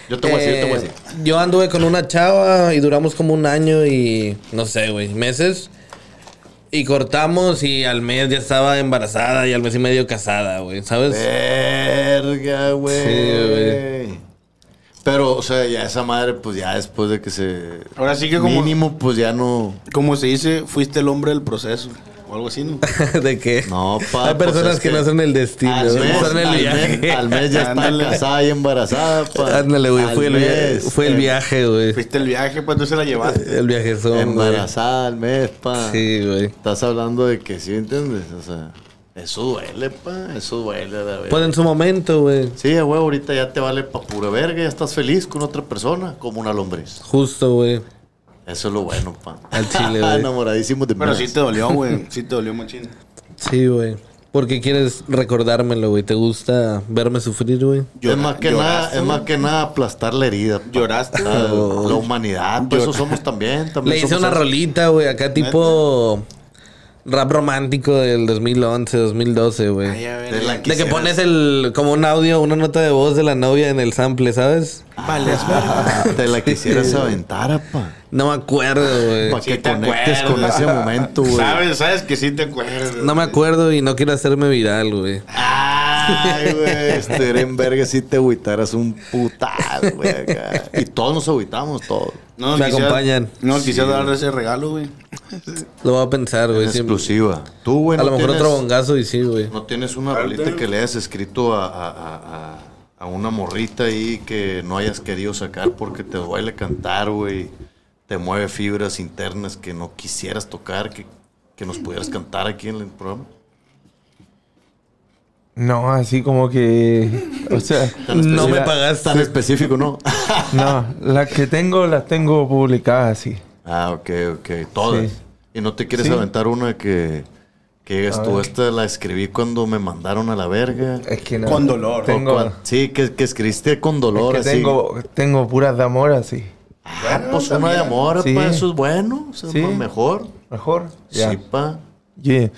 Speaker 2: Yo te voy a decir, yo te voy a
Speaker 3: Eh,
Speaker 2: decir.
Speaker 3: Yo anduve con una chava y duramos como un año y no sé, güey, meses. Y cortamos y al mes ya estaba embarazada y al mes y medio casada, güey, ¿sabes?
Speaker 2: Verga, güey.
Speaker 3: Sí,
Speaker 2: Pero, o sea, ya esa madre, pues ya después de que se.
Speaker 4: Ahora sí que como-
Speaker 2: Mínimo, pues ya no.
Speaker 4: Como se dice, fuiste el hombre del proceso. o algo así, ¿no?
Speaker 3: ¿De qué?
Speaker 2: No, pa,
Speaker 3: Hay personas
Speaker 2: pues, es
Speaker 3: que, no son el destino.
Speaker 2: Al mes,
Speaker 3: son el
Speaker 2: al
Speaker 3: viaje.
Speaker 2: mes- al mes ya está
Speaker 3: Ándale.
Speaker 2: casada y embarazada, pa.
Speaker 3: Ándale, güey.
Speaker 2: Al
Speaker 3: Fue el, viaje,
Speaker 2: mes. eh,
Speaker 3: fue el viaje, güey.
Speaker 4: Fuiste el viaje, pues tú se la llevaste.
Speaker 3: El viaje son.
Speaker 2: Embarazada al mes, pa.
Speaker 3: Sí, güey.
Speaker 2: Estás hablando de que sí, ¿entiendes? O sea, eso duele, pa. Eso duele, la verdad.
Speaker 3: Pues en su momento, güey.
Speaker 2: Sí, güey, ahorita ya te vale pa pura verga. Ya estás feliz con otra persona, como una lombriz.
Speaker 3: Justo, güey.
Speaker 2: Eso es lo bueno, pa.
Speaker 3: Al chile, güey.
Speaker 2: Enamoradísimo de
Speaker 4: Pero
Speaker 2: más.
Speaker 4: sí te dolió, güey. Sí te dolió, machín.
Speaker 3: Sí, güey. Porque quieres recordármelo, güey. ¿Te gusta verme sufrir, güey?
Speaker 2: es más que nada, es más que nada aplastar la herida. pa.
Speaker 4: Lloraste.
Speaker 2: La, la humanidad, pues eso somos también. también
Speaker 3: Ah, Le hice
Speaker 2: somos
Speaker 3: una
Speaker 2: eso.
Speaker 3: rolita, güey, acá tipo rap romántico del 2011, 2012, güey.
Speaker 4: Ya, a ver,
Speaker 2: De la
Speaker 3: De que
Speaker 2: quisieras.
Speaker 3: pones el como un audio, una nota de voz de la novia en el sample, ¿sabes?
Speaker 4: Vale, espera.
Speaker 2: Te la quisieras aventar, apa.
Speaker 3: No me acuerdo, güey.
Speaker 2: Para que
Speaker 4: te
Speaker 2: conectes con
Speaker 4: acuerdas.
Speaker 2: ese momento, güey.
Speaker 4: Sabes, sabes que sí te acuerdas.
Speaker 3: No me acuerdo y no quiero hacerme viral, güey.
Speaker 2: Ay, güey. Este en verga si te agüitaras un putal, güey. acá. Y todos nos agüitamos, todos.
Speaker 4: No,
Speaker 3: Me acompañan.
Speaker 4: No, quisiera dar ese regalo, güey.
Speaker 3: Lo voy a pensar, güey.
Speaker 2: En
Speaker 3: siempre.
Speaker 2: exclusiva. Tú, güey,
Speaker 3: A
Speaker 2: no
Speaker 3: lo mejor
Speaker 2: tienes-
Speaker 3: otro bongazo y sí, güey.
Speaker 2: No tienes una rolita que le hayas escrito a, a- a- a- a una morrita ahí que no hayas querido sacar porque te duele cantar, güey. Te mueve fibras internas que no quisieras tocar, que, que nos pudieras cantar aquí en el programa.
Speaker 6: No, así como que. O sea.
Speaker 3: No me
Speaker 6: mira,
Speaker 3: pagaste.
Speaker 2: Tan específico, ¿no?
Speaker 6: No, las que tengo las tengo publicadas así.
Speaker 2: ah, ok, ok. Todas.
Speaker 6: Sí.
Speaker 2: Y no te quieres
Speaker 6: Sí.
Speaker 2: aventar una que, que digas
Speaker 6: A
Speaker 2: tú,
Speaker 6: ver.
Speaker 2: esta la escribí cuando me mandaron a la verga.
Speaker 6: Es que no.
Speaker 4: Con dolor.
Speaker 6: Tengo,
Speaker 2: Cuan- Sí, que, que escribiste con dolor,
Speaker 6: es que
Speaker 2: así.
Speaker 6: tengo, tengo puras de amor así.
Speaker 2: Ah, pues una de amor,
Speaker 6: Sí.
Speaker 2: pa, eso es bueno. o sea, pues,
Speaker 6: Sí.
Speaker 2: mejor.
Speaker 6: Mejor. Ya.
Speaker 2: Sí, pa.
Speaker 6: Yeah.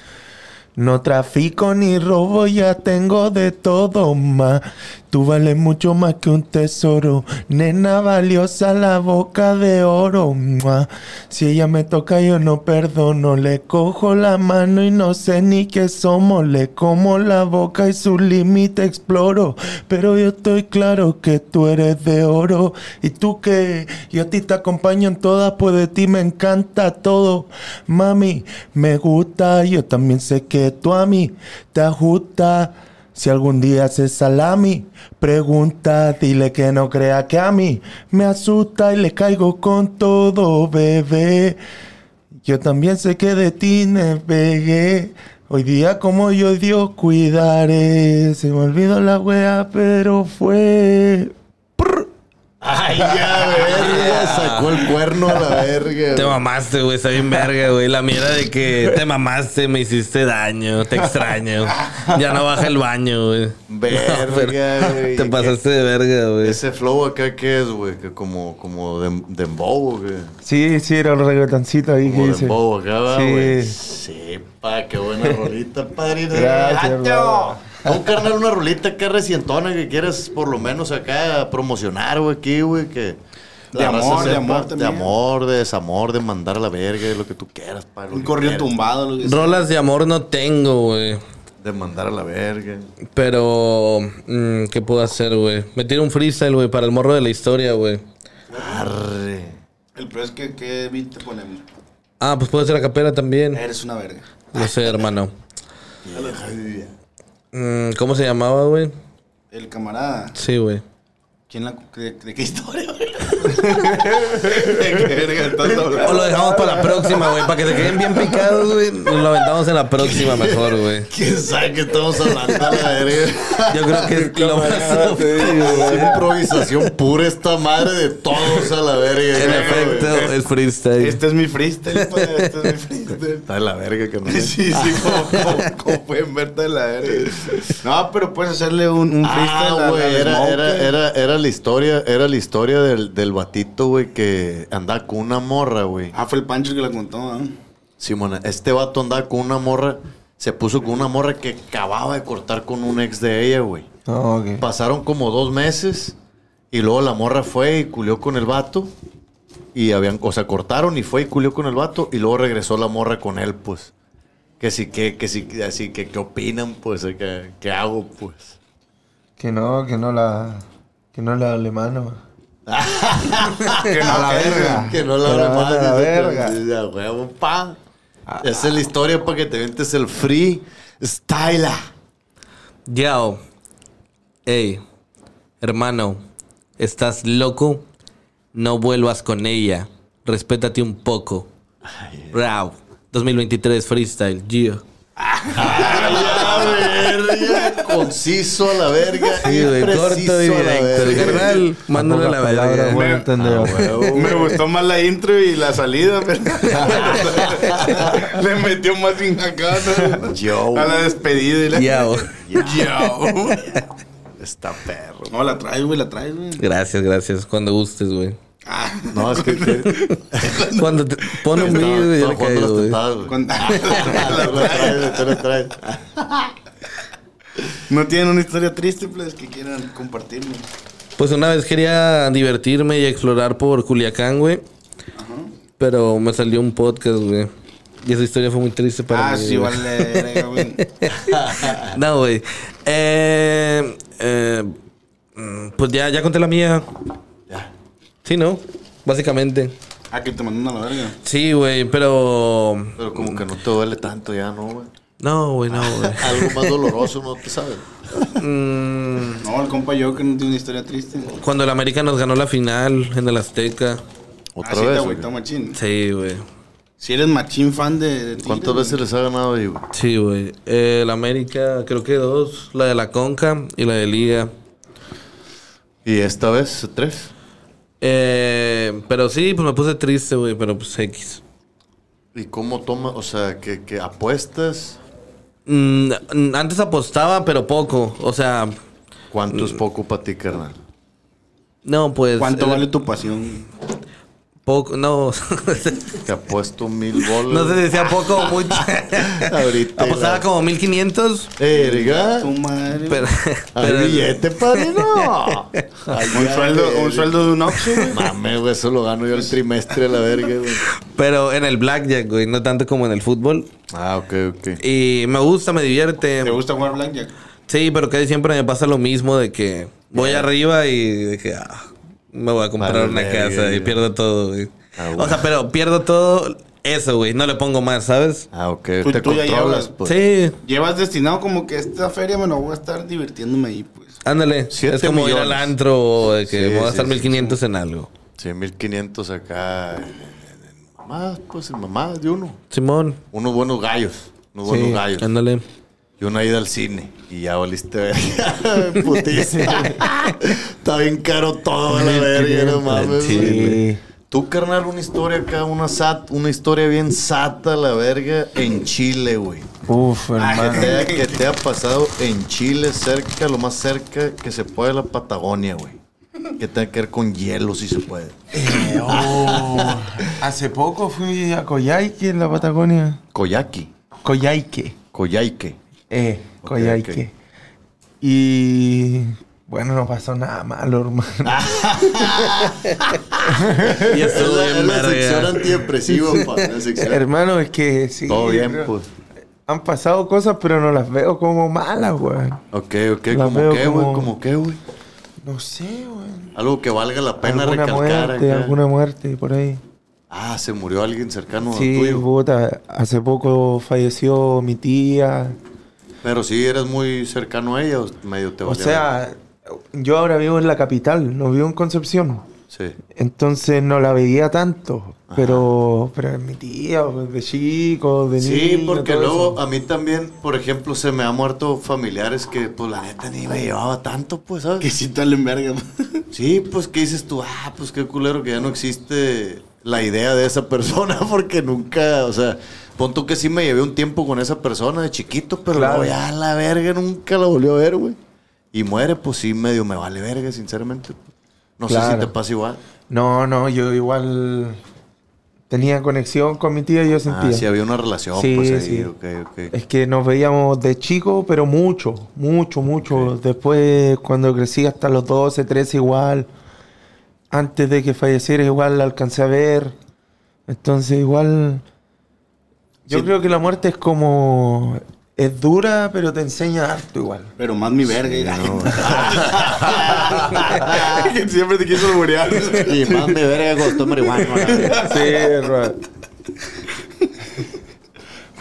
Speaker 6: No trafico ni robo, ya tengo de todo más. Tú vales mucho más que un tesoro. Nena valiosa, la boca de oro. mua. Si ella me toca, yo no perdono. Le cojo la mano y no sé ni qué somos. Le como la boca y su límite exploro. Pero yo estoy claro que tú eres de oro. Y tú que yo a ti te acompaño en todas, pues de ti me encanta todo. Mami, me gusta, yo también sé que tú a mí te ajusta. Si algún día haces salami, pregunta, dile que no crea que a mí me asusta y le caigo con todo, bebé. Yo también sé que de ti navegué. Hoy día como yo Dios cuidaré. Se me olvidó la wea, pero fue...
Speaker 2: Ay, ya, verga. Sacó el cuerno a la verga.
Speaker 3: Te mamaste, güey. Está bien verga, güey. La mierda de que te mamaste, me hiciste daño, te extraño. Ya no baja el baño, güey.
Speaker 2: Verga,
Speaker 3: No, pero
Speaker 2: güey.
Speaker 3: Te pasaste de verga, güey.
Speaker 2: Ese flow acá que es, güey, que como, como de, dembow, güey.
Speaker 6: Sí, sí, era el reggaetoncito ahí
Speaker 2: Como
Speaker 6: que hice.
Speaker 2: dembow acá, va,
Speaker 6: Sí.
Speaker 2: güey. Sí, pa, qué buena rolita, padrino.
Speaker 6: Gracias, hermano.
Speaker 2: A un carnal, una rolita acá recientona que quieras por lo menos acá promocionar, güey, aquí, güey, que...
Speaker 4: De
Speaker 2: la raza
Speaker 4: amor, de amor
Speaker 2: De
Speaker 4: también.
Speaker 2: amor, de desamor, de mandar a la verga, de lo que tú quieras, pa. lo
Speaker 4: Un
Speaker 2: que
Speaker 4: corrido
Speaker 2: quieras.
Speaker 4: tumbado, lo que sea.
Speaker 3: Rolas de amor no tengo, güey.
Speaker 2: De mandar a la verga.
Speaker 3: Pero, mm, ¿qué puedo hacer, güey? Me tiro un freestyle, güey, para el morro de la historia, güey.
Speaker 2: Arre.
Speaker 4: El pero es que, ¿qué beat te ponemos?
Speaker 3: Ah, pues puedo hacer a capela también.
Speaker 4: Eres una verga.
Speaker 3: No sé, hermano. Mm, ¿Cómo se llamaba, güey?
Speaker 4: El camarada.
Speaker 3: Sí, güey.
Speaker 4: ¿Quién la, de, de qué historia, güey? ¿De qué verga estás
Speaker 3: O lo
Speaker 4: hablando?
Speaker 3: dejamos para la próxima, güey. Para que se queden bien picados, güey. Nos lo aventamos en la próxima Pues mejor, güey.
Speaker 2: ¿Quién sabe qué estamos hablando a la verga?
Speaker 3: Yo creo que es lo más...
Speaker 2: Es improvisación pura esta madre de todos a la verga.
Speaker 3: En
Speaker 2: güey.
Speaker 3: efecto, es freestyle.
Speaker 4: Este es mi freestyle, pues. Este es mi freestyle.
Speaker 2: Está de la verga que no
Speaker 4: Sí, sí,
Speaker 3: Ah.
Speaker 4: como, como- como pueden ver, está de la verga. No, pero puedes hacerle un, un freestyle
Speaker 2: Ah,
Speaker 4: a-
Speaker 2: güey,
Speaker 4: a
Speaker 2: era,
Speaker 4: Smoke,
Speaker 2: era,
Speaker 4: güey.
Speaker 2: era, era la historia, era la historia del, del batito, güey, que andaba con una morra, güey.
Speaker 4: Ah, fue el Pancho el que la contó, ¿eh?
Speaker 2: Simona, este vato andaba con una morra, se puso con una morra que acababa de cortar con un ex de ella, güey.
Speaker 6: Ah, ok.
Speaker 2: Pasaron como dos meses y luego la morra fue y culió con el vato. Y habían, o sea, cortaron y fue y culió con el vato y luego regresó la morra con él, pues. Que sí, que, que sí, así que, ¿qué opinan, pues? ¿Qué, qué hago, pues?
Speaker 6: Que no, que no la... Que no la alemana.
Speaker 4: Que no,
Speaker 6: A la
Speaker 4: que-
Speaker 6: verga.
Speaker 2: Que no la
Speaker 6: Pero
Speaker 2: abra
Speaker 6: anda
Speaker 2: más.
Speaker 6: la
Speaker 2: dice,
Speaker 6: verga.
Speaker 2: pues, ya, huevo, pa. Esa es la historia para que te ventes el free styla.
Speaker 3: Yao. Ey. Hermano. ¿Estás loco? No vuelvas con ella. Respétate un poco. Rao. 2023 Freestyle. Gio.
Speaker 2: Conciso a la verga.
Speaker 3: Sí,
Speaker 2: y
Speaker 3: güey,
Speaker 2: preciso
Speaker 3: corto
Speaker 2: a
Speaker 3: y
Speaker 2: la
Speaker 3: directo. El
Speaker 2: verga.
Speaker 3: carnal, mándale la verga.
Speaker 4: Me gustó más la intro y la salida, pero- Le metió más sin acá. ¿no?
Speaker 2: Yo.
Speaker 4: A la despedida y la.
Speaker 3: Yao.
Speaker 4: Yo.
Speaker 2: Está perro.
Speaker 4: No, la traes, güey, la traes, güey. Ah.
Speaker 3: Gracias, gracias. Cuando gustes, güey.
Speaker 2: No, es que. que-
Speaker 3: Cuando te pone un
Speaker 2: Estaba-
Speaker 3: video, yo
Speaker 2: estaba
Speaker 3: le
Speaker 2: jugando las
Speaker 3: caigo, güey.
Speaker 2: tentadas, güey.
Speaker 4: Con-
Speaker 2: Tú la traes, tú la traes.
Speaker 4: No tienen una historia triste, pues, que quieran compartirnos.
Speaker 3: Pues una vez quería divertirme y explorar por Culiacán, güey. Pero me salió un podcast, güey. Y esa historia fue muy triste para
Speaker 4: Ah,
Speaker 3: mí.
Speaker 4: sí,
Speaker 3: güey.
Speaker 4: vale, güey.
Speaker 3: No, güey. Eh, eh, mm, pues ya, ya conté la mía. Sí, ¿no? Básicamente.
Speaker 4: Ah, que te mandan a la verga.
Speaker 3: Sí, güey, pero...
Speaker 2: Pero como que no te duele tanto ya, ¿no, güey?
Speaker 3: No, güey, no, güey.
Speaker 2: Algo más doloroso, ¿no? ¿Tú sabes?
Speaker 3: Mm,
Speaker 4: No, el compa yo que no tiene una historia triste.
Speaker 3: cuando el América nos ganó la final en el Azteca.
Speaker 2: Otra
Speaker 4: Así Ah, te
Speaker 2: vez.
Speaker 4: agüitó,
Speaker 2: güey.
Speaker 4: machín.
Speaker 3: Sí, güey.
Speaker 4: Si eres machín fan de. de
Speaker 2: ¿Cuántas
Speaker 4: Tigres,
Speaker 2: veces les ha ganado ahí, güey?
Speaker 3: Sí, güey. Eh, la América, creo que dos. La de la Conca y la de Liga.
Speaker 2: ¿Y esta vez? ¿Tres?
Speaker 3: Eh, pero sí, pues me puse triste, güey. Pero pues X.
Speaker 2: ¿Y cómo toma? O sea, que, que apuestas.
Speaker 3: Mm, mm, antes apostaba, pero poco. O sea,
Speaker 2: ¿Cuánto es poco para ti, carnal?
Speaker 3: no, pues.
Speaker 4: ¿Cuánto
Speaker 3: eh,
Speaker 4: vale tu pasión?
Speaker 3: Poco, no.
Speaker 2: Te apuesto mil bolas.
Speaker 3: no sé si sea poco o mucho.
Speaker 2: Ahorita.
Speaker 3: apostaba
Speaker 2: la-
Speaker 3: como 1500.
Speaker 2: Verga.
Speaker 4: Ah, Tu madre.
Speaker 3: Pero.
Speaker 2: Hay
Speaker 3: pero-
Speaker 2: billete, padre, no.
Speaker 4: un, sueldo, un sueldo de un Oxxo, güey.
Speaker 2: Mame, güey, eso lo gano yo el trimestre a la verga, güey.
Speaker 3: pero en el blackjack, güey. No tanto como en el fútbol.
Speaker 2: Ah, ok, ok.
Speaker 3: Y me gusta, me divierte.
Speaker 4: ¿Te gusta jugar Blackjack?
Speaker 3: Sí, pero casi siempre me pasa lo mismo de que voy arriba y de que ah, me voy a comprar
Speaker 2: Vale,
Speaker 3: una
Speaker 2: verga,
Speaker 3: casa y
Speaker 2: güey.
Speaker 3: pierdo todo, güey.
Speaker 2: Ah,
Speaker 3: O
Speaker 2: bueno.
Speaker 3: sea, pero pierdo todo eso, güey. No le pongo más, ¿sabes?
Speaker 2: Ah, ok.
Speaker 4: Tú-
Speaker 2: Te
Speaker 4: tú ya
Speaker 2: controlas,
Speaker 4: llevas-
Speaker 2: pues.
Speaker 3: sí,
Speaker 4: Llevas destinado como que esta feria me lo voy a estar divirtiéndome ahí, pues.
Speaker 3: ándale.
Speaker 2: Siete
Speaker 3: Es como ir al
Speaker 2: millones.
Speaker 3: antro o de
Speaker 2: Sí,
Speaker 3: que me voy a
Speaker 2: sí,
Speaker 3: gastar
Speaker 2: sí,
Speaker 3: 1500 en algo.
Speaker 2: 100.500 acá. en- en- en Mamás, pues, en mamás de uno.
Speaker 3: Simón.
Speaker 2: Unos buenos gallos. Unos buenos
Speaker 3: Sí,
Speaker 2: gallos.
Speaker 3: ándale.
Speaker 2: Y una ida al cine. Y ya valiste verga. Putiza. Está bien caro todo a la verga, no mames.
Speaker 3: Sí.
Speaker 2: güey. Tú, carnal, una historia acá, una, sat, una historia bien sata a la verga en Chile, güey.
Speaker 6: Uf,
Speaker 2: Que
Speaker 6: hermano.
Speaker 2: te, que te ha pasado en Chile, cerca, lo más cerca que se puede de la Patagonia, güey. Que tenga que ver con hielo, si se puede.
Speaker 6: Eh, oh. Hace poco fui a Coyhaique en la Patagonia.
Speaker 2: Coyaqui.
Speaker 6: Coyhaique.
Speaker 2: Coyhaique.
Speaker 6: Eh,
Speaker 2: Ok,
Speaker 6: Coyhaique. Y bueno, no pasó nada malo, hermano.
Speaker 3: Y
Speaker 2: Es
Speaker 3: estuvo
Speaker 2: la, es
Speaker 3: bien
Speaker 2: la sección
Speaker 3: verga.
Speaker 2: antidepresiva, pa. La sección.
Speaker 6: hermano, es que sí.
Speaker 2: Todo bien,
Speaker 6: bro.
Speaker 2: pues.
Speaker 6: Han pasado cosas, pero no las veo como malas, güey.
Speaker 2: Ok, ok.
Speaker 6: La
Speaker 2: ¿Cómo
Speaker 6: veo
Speaker 2: qué, güey?
Speaker 6: como-
Speaker 2: ¿Cómo qué, güey?
Speaker 6: No sé, güey.
Speaker 2: Algo que valga la pena
Speaker 6: Alguna
Speaker 2: recalcar.
Speaker 6: muerte,
Speaker 2: acá.
Speaker 6: alguna muerte por ahí.
Speaker 2: Ah, se murió alguien cercano a
Speaker 6: Sí,
Speaker 2: tuyo.
Speaker 6: puta, hace poco falleció mi tía.
Speaker 2: Pero sí eres muy cercano a ella, o medio te
Speaker 6: O
Speaker 2: valía
Speaker 6: sea, yo ahora vivo en la capital, no vivo en Concepción.
Speaker 2: verga. Sí.
Speaker 6: Entonces no la veía tanto, pero, pero es mi tía, pues, de chico, de niño.
Speaker 2: Sí, porque
Speaker 6: todo
Speaker 2: luego ah.
Speaker 6: eso.
Speaker 2: a mí también, por ejemplo, se me han muerto familiares que, pues, la neta ni me llevaba tanto, pues, ¿sabes?
Speaker 4: Que sí, tal en verga.
Speaker 2: Sí, pues, ¿qué dices tú? Ah, pues, qué culero que ya no existe la idea de esa persona, porque nunca, o sea, pon tú que sí me llevé un tiempo con esa persona de chiquito, pero
Speaker 6: Claro.
Speaker 2: luego ya la verga nunca la volvió a ver, güey. Y muere, pues, sí, medio me vale verga, sinceramente. No sé si
Speaker 6: Claro.
Speaker 2: te pasa igual.
Speaker 6: No, no, yo igual tenía conexión con mi tía y yo
Speaker 2: Ah,
Speaker 6: sentía.
Speaker 2: sí, había una relación,
Speaker 6: Sí,
Speaker 2: pues, ahí,
Speaker 6: sí.
Speaker 2: ok, ok.
Speaker 6: Es que nos veíamos de chico, pero mucho, mucho, mucho. Después, cuando crecí hasta los 12, 13, igual. Antes de que falleciera, igual la alcancé a ver. Entonces, igual. Yo creo que la muerte es como. Es dura, pero te enseña harto igual.
Speaker 4: Pero más mi verga. que siempre te quiso alburear.
Speaker 2: Y más me verga costó marihuana.
Speaker 6: Sí,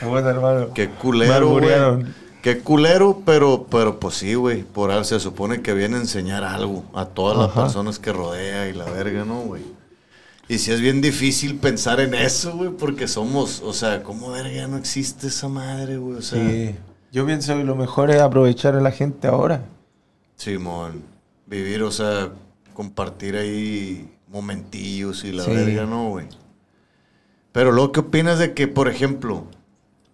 Speaker 6: Bueno, hermano.
Speaker 2: Qué culero, güey.
Speaker 6: Murmuraron.
Speaker 2: Qué culero, pero, pero pues sí, güey. Por algo se supone que viene a enseñar algo a todas las
Speaker 6: Ajá.
Speaker 2: personas que rodea y la verga, ¿no, güey? Y sí es bien difícil pensar en eso, güey, porque somos, o sea, ¿cómo verga no existe esa madre, güey? O sea,
Speaker 6: Sí. Yo pienso que lo mejor es aprovechar a la gente ahora.
Speaker 2: Simón, vivir, o sea, compartir ahí momentillos y la
Speaker 6: Sí.
Speaker 2: verga, ¿no, güey? Pero luego, ¿qué opinas de que, por ejemplo,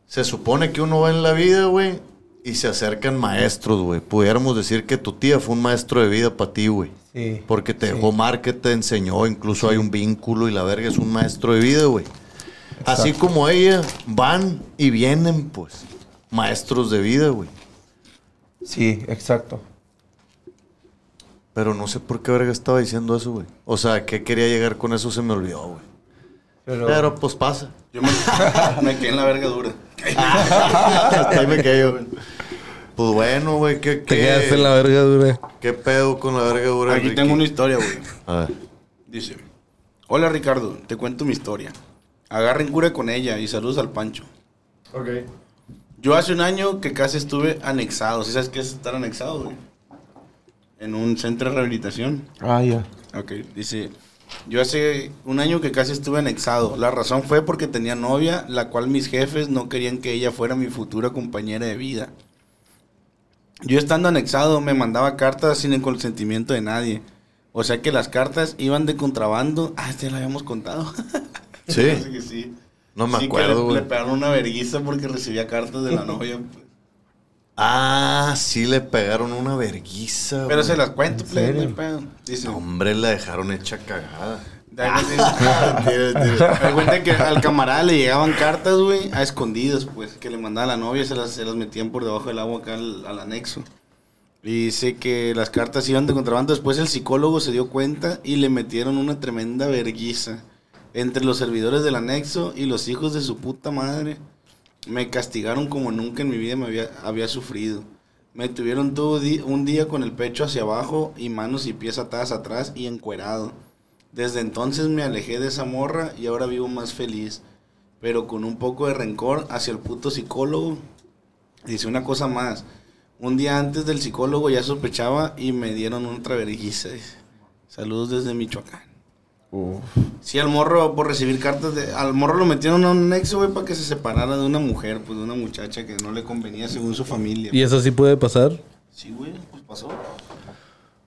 Speaker 2: se supone que uno va en la vida, güey, y se acercan maestros, güey? Pudiéramos decir que tu tía fue un maestro de vida para ti, güey.
Speaker 6: Sí.
Speaker 2: Porque te dejó marca, te enseñó, incluso hay un vínculo y la verga es un maestro de vida, güey. Así como ella, van y vienen, pues, maestros de vida, güey.
Speaker 6: Sí, exacto.
Speaker 2: Pero no sé por qué verga estaba diciendo eso, güey. O sea, ¿qué quería llegar con eso? Se me olvidó, güey. Pero, pues pasa.
Speaker 4: Yo me, me quedé en la verga dura.
Speaker 2: Hasta ahí me quedé, yo, güey. Pues bueno, güey, ¿qué,
Speaker 3: Te
Speaker 2: qué-
Speaker 3: quedaste en la verga dura.
Speaker 2: ¿Qué pedo con la verga dura?
Speaker 4: Aquí
Speaker 2: Ricky?
Speaker 4: tengo una historia, güey.
Speaker 2: A ver.
Speaker 4: Dice, hola Ricardo, te cuento mi historia. Agarren cura con ella y saludos al Pancho.
Speaker 12: Ok.
Speaker 4: Yo hace un año que casi estuve anexado. ¿Sí sabes qué es estar anexado, güey? En un centro de rehabilitación.
Speaker 6: Ah, ya.
Speaker 4: Ok, dice, yo hace un año que casi estuve anexado. La razón fue porque tenía novia, la cual mis jefes no querían que ella fuera mi futura compañera de vida. Yo estando anexado me mandaba cartas sin el consentimiento de nadie. O sea que las cartas iban de contrabando. Ah, este lo habíamos contado. Parece
Speaker 2: Sí,
Speaker 4: que sí.
Speaker 2: no me
Speaker 4: Sí, que
Speaker 2: acuerdo,
Speaker 4: le,
Speaker 2: güey.
Speaker 4: le pegaron una verguiza porque recibía cartas de la novia. pues.
Speaker 2: Ah, sí le pegaron una verguiza,
Speaker 4: Pero
Speaker 2: güey.
Speaker 4: se las cuento,
Speaker 6: ¿En
Speaker 4: plebe,
Speaker 6: serio?
Speaker 4: no hay pedo. Dice.
Speaker 2: No, Hombre, la dejaron hecha cagada.
Speaker 4: De ahí me dice- Me cuenta que al camarada le llegaban cartas, güey, a escondidas, pues, que le mandaba la novia, se las, se las metían por debajo del agua acá al, al anexo. Y dice que las cartas iban de contrabando. Después el psicólogo se dio cuenta y le metieron una tremenda verguiza entre los servidores del anexo y los hijos de su puta madre. Me castigaron como nunca en mi vida me había, había sufrido. Me tuvieron todo di- un día con el pecho hacia abajo y manos y pies atadas atrás y encuerado. Desde entonces me alejé de esa morra y ahora vivo más feliz, pero con un poco de rencor hacia el puto psicólogo. Dice una cosa más. Un día antes del psicólogo ya sospechaba y me dieron otra vergüenza. Saludos desde Michoacán. Sí, al morro por recibir cartas de... Al morro lo metieron a un nexo, güey, para que se separara de una mujer, pues de una muchacha que no le convenía según su familia.
Speaker 3: ¿Y eso sí puede pasar?
Speaker 4: Sí, güey, pues pasó.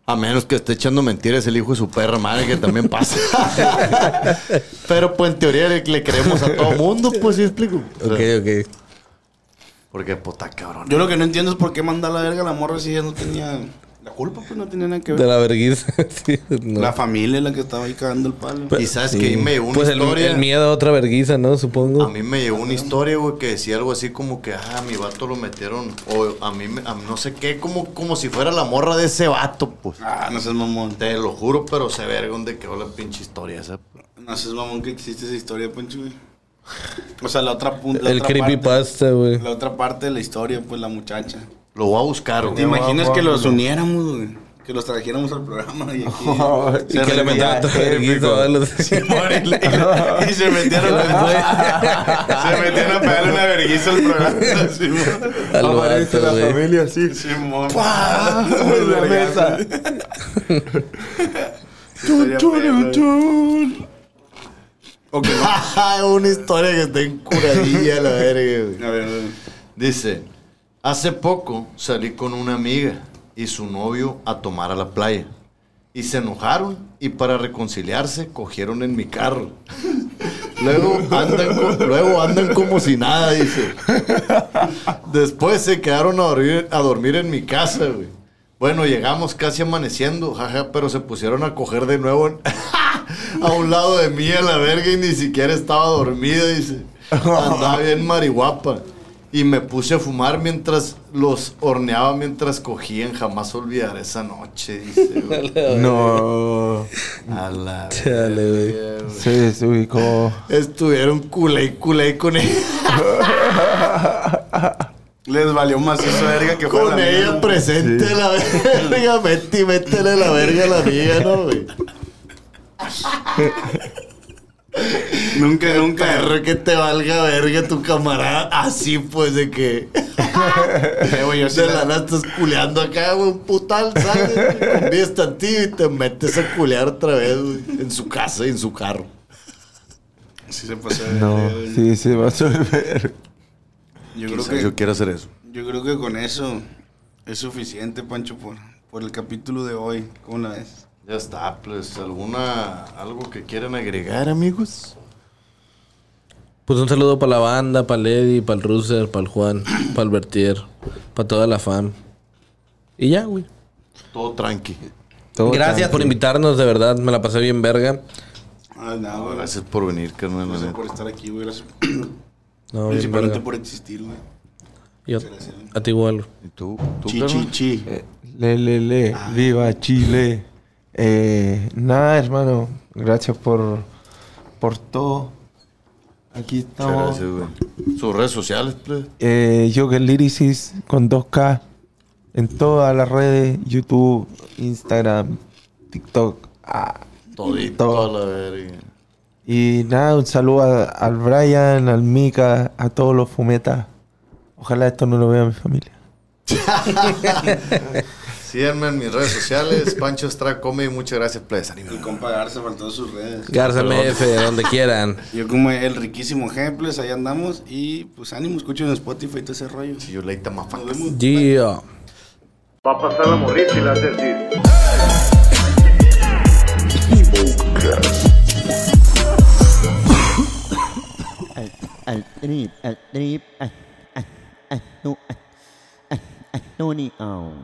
Speaker 2: A menos que esté echando mentiras el hijo de su perra madre, que también pasa. Pero pues en teoría le, le creemos a todo mundo, pues sí explico. O sea,
Speaker 3: Ok, ok.
Speaker 2: Porque puta cabrón.
Speaker 4: Yo lo que no entiendo es por qué mandar la verga a la morra si ella no tenía... La culpa, pues no tenía nada que ver.
Speaker 3: De la vergüenza. sí, no.
Speaker 4: La familia es la que estaba ahí cagando el palo.
Speaker 2: Y sabes que ahí me llegó una
Speaker 3: Pues el,
Speaker 2: historia.
Speaker 3: el miedo a otra vergüenza, ¿no? Supongo.
Speaker 2: A mí me llegó una historia, güey, que decía algo así como que, ah, a mi vato lo metieron. O a mí, me- a mí no sé qué, como, como si fuera la morra de ese vato, pues.
Speaker 4: Ah, no seas mamón.
Speaker 2: Te lo juro, pero se verga donde quedó la pinche historia esa. pues.
Speaker 4: No seas mamón que existe esa historia, Poncho, güey. O sea, la otra punta.
Speaker 3: el creepypasta, güey.
Speaker 4: La otra parte de la historia, pues la muchacha.
Speaker 2: Lo voy a buscar, güey.
Speaker 4: ¿Te imaginas que los uniéramos, güey? Que los trajéramos al programa y aquí.
Speaker 3: Y que le metieron otra vergüenza a los-
Speaker 4: y se metieron a Se metieron a pegarle una vergüenza al programa. Simón.
Speaker 3: al vato,
Speaker 6: Aparece la
Speaker 3: güey.
Speaker 6: familia así.
Speaker 4: Simón.
Speaker 6: En la mesa.
Speaker 4: Estaría perro, güey. Ok, no.
Speaker 2: una historia que está en curadilla, la verga, güey.
Speaker 4: A ver, a ver.
Speaker 2: Dice, hace poco salí con una amiga y su novio a tomar a la playa. Y se enojaron y para reconciliarse cogieron en mi carro. Luego andan, co- luego andan como si nada, dice. Después se quedaron a dormir, a dormir en mi casa, güey. Bueno, llegamos casi amaneciendo, jaja, pero se pusieron a coger de nuevo en- a un lado de mí a la verga y ni siquiera estaba dormido, dice. Andaba bien marihuapa. Y me puse a fumar mientras los horneaba, mientras cogían. Jamás olvidaré esa noche, dice. güey.
Speaker 6: No.
Speaker 2: A la
Speaker 3: Chale, güey.
Speaker 2: verga, güey.
Speaker 6: Se desubicó.
Speaker 2: Estuvieron culé y culé y con ella.
Speaker 4: Les valió más esa verga que fuera
Speaker 2: Con
Speaker 4: la
Speaker 2: ella
Speaker 4: mía.
Speaker 2: presente la verga, metí, métele la verga a la amiga, ¿no, güey? Nunca, nunca. Perro que te valga verga tu camarada. Así pues de que. de la nada estás culeando acá, güey. Un putal, sales, güey, Convives tantillo y te metes a culear otra vez, güey, En su casa y en su carro.
Speaker 4: Sí se pasó. de-
Speaker 6: No,
Speaker 4: de-
Speaker 6: sí, se va a sorber.
Speaker 4: Yo creo
Speaker 2: Quizás
Speaker 4: que
Speaker 2: yo quiero hacer eso.
Speaker 4: Yo creo que con eso es suficiente, Pancho, por, por el capítulo de hoy. ¿Cómo la ves?
Speaker 2: Ya está, pues, ¿alguna, algo que quieran agregar, amigos?
Speaker 3: Pues un saludo para la banda, para Lady, para el Ruser, para el Juan, para el Bertier, para toda la fam. Y ya, güey.
Speaker 2: Todo tranqui.
Speaker 3: Gracias por invitarnos, de verdad. Me la pasé bien verga.
Speaker 4: Ah, nada,
Speaker 2: No,
Speaker 4: güey. Gracias
Speaker 2: gracias por venir, carnal. la neta.
Speaker 4: por estar aquí, güey. Gracias
Speaker 3: No, bien
Speaker 4: principalmente
Speaker 3: verga.
Speaker 4: por existir, güey.
Speaker 3: Yo- a ti igual.
Speaker 2: ¿Y tú? ¿Tú,
Speaker 4: Chi,
Speaker 2: carnal?
Speaker 4: chi, chi.
Speaker 6: Eh. Le, le, le. Viva Chile. Eh, nada, hermano. Gracias por, por todo. Aquí
Speaker 2: Muchas
Speaker 6: estamos.
Speaker 2: gracias, güey. Sus redes sociales, pues.
Speaker 6: Eh, Joker Lyricist con 2K en todas las redes: YouTube, Instagram, TikTok. Ah,
Speaker 2: Todito,
Speaker 6: Todo.
Speaker 2: a la verga.
Speaker 6: Y nada, un saludo a- al Brian, al Mika, a todos los fumetas. Ojalá esto no lo vea mi familia.
Speaker 2: Síganme en mis redes sociales, Pancho Stra Comedy. Muchas gracias, plebes. Anímenme.
Speaker 4: El compa Garza faltó sus redes.
Speaker 3: Garza
Speaker 2: Perdón.
Speaker 3: MF, donde quieran.
Speaker 4: Yo como el riquísimo Ejemplos, ahí andamos. Y pues ánimo, escuchen en Spotify y todo ese rollo.
Speaker 2: See you later,
Speaker 4: Nos
Speaker 2: motherfuckers.
Speaker 4: vemos.
Speaker 3: Yeah.
Speaker 5: Va a pasar la morrita y la decir.
Speaker 1: al, al trip, al trip, a, a, a, no, a, a, a Tony Aum.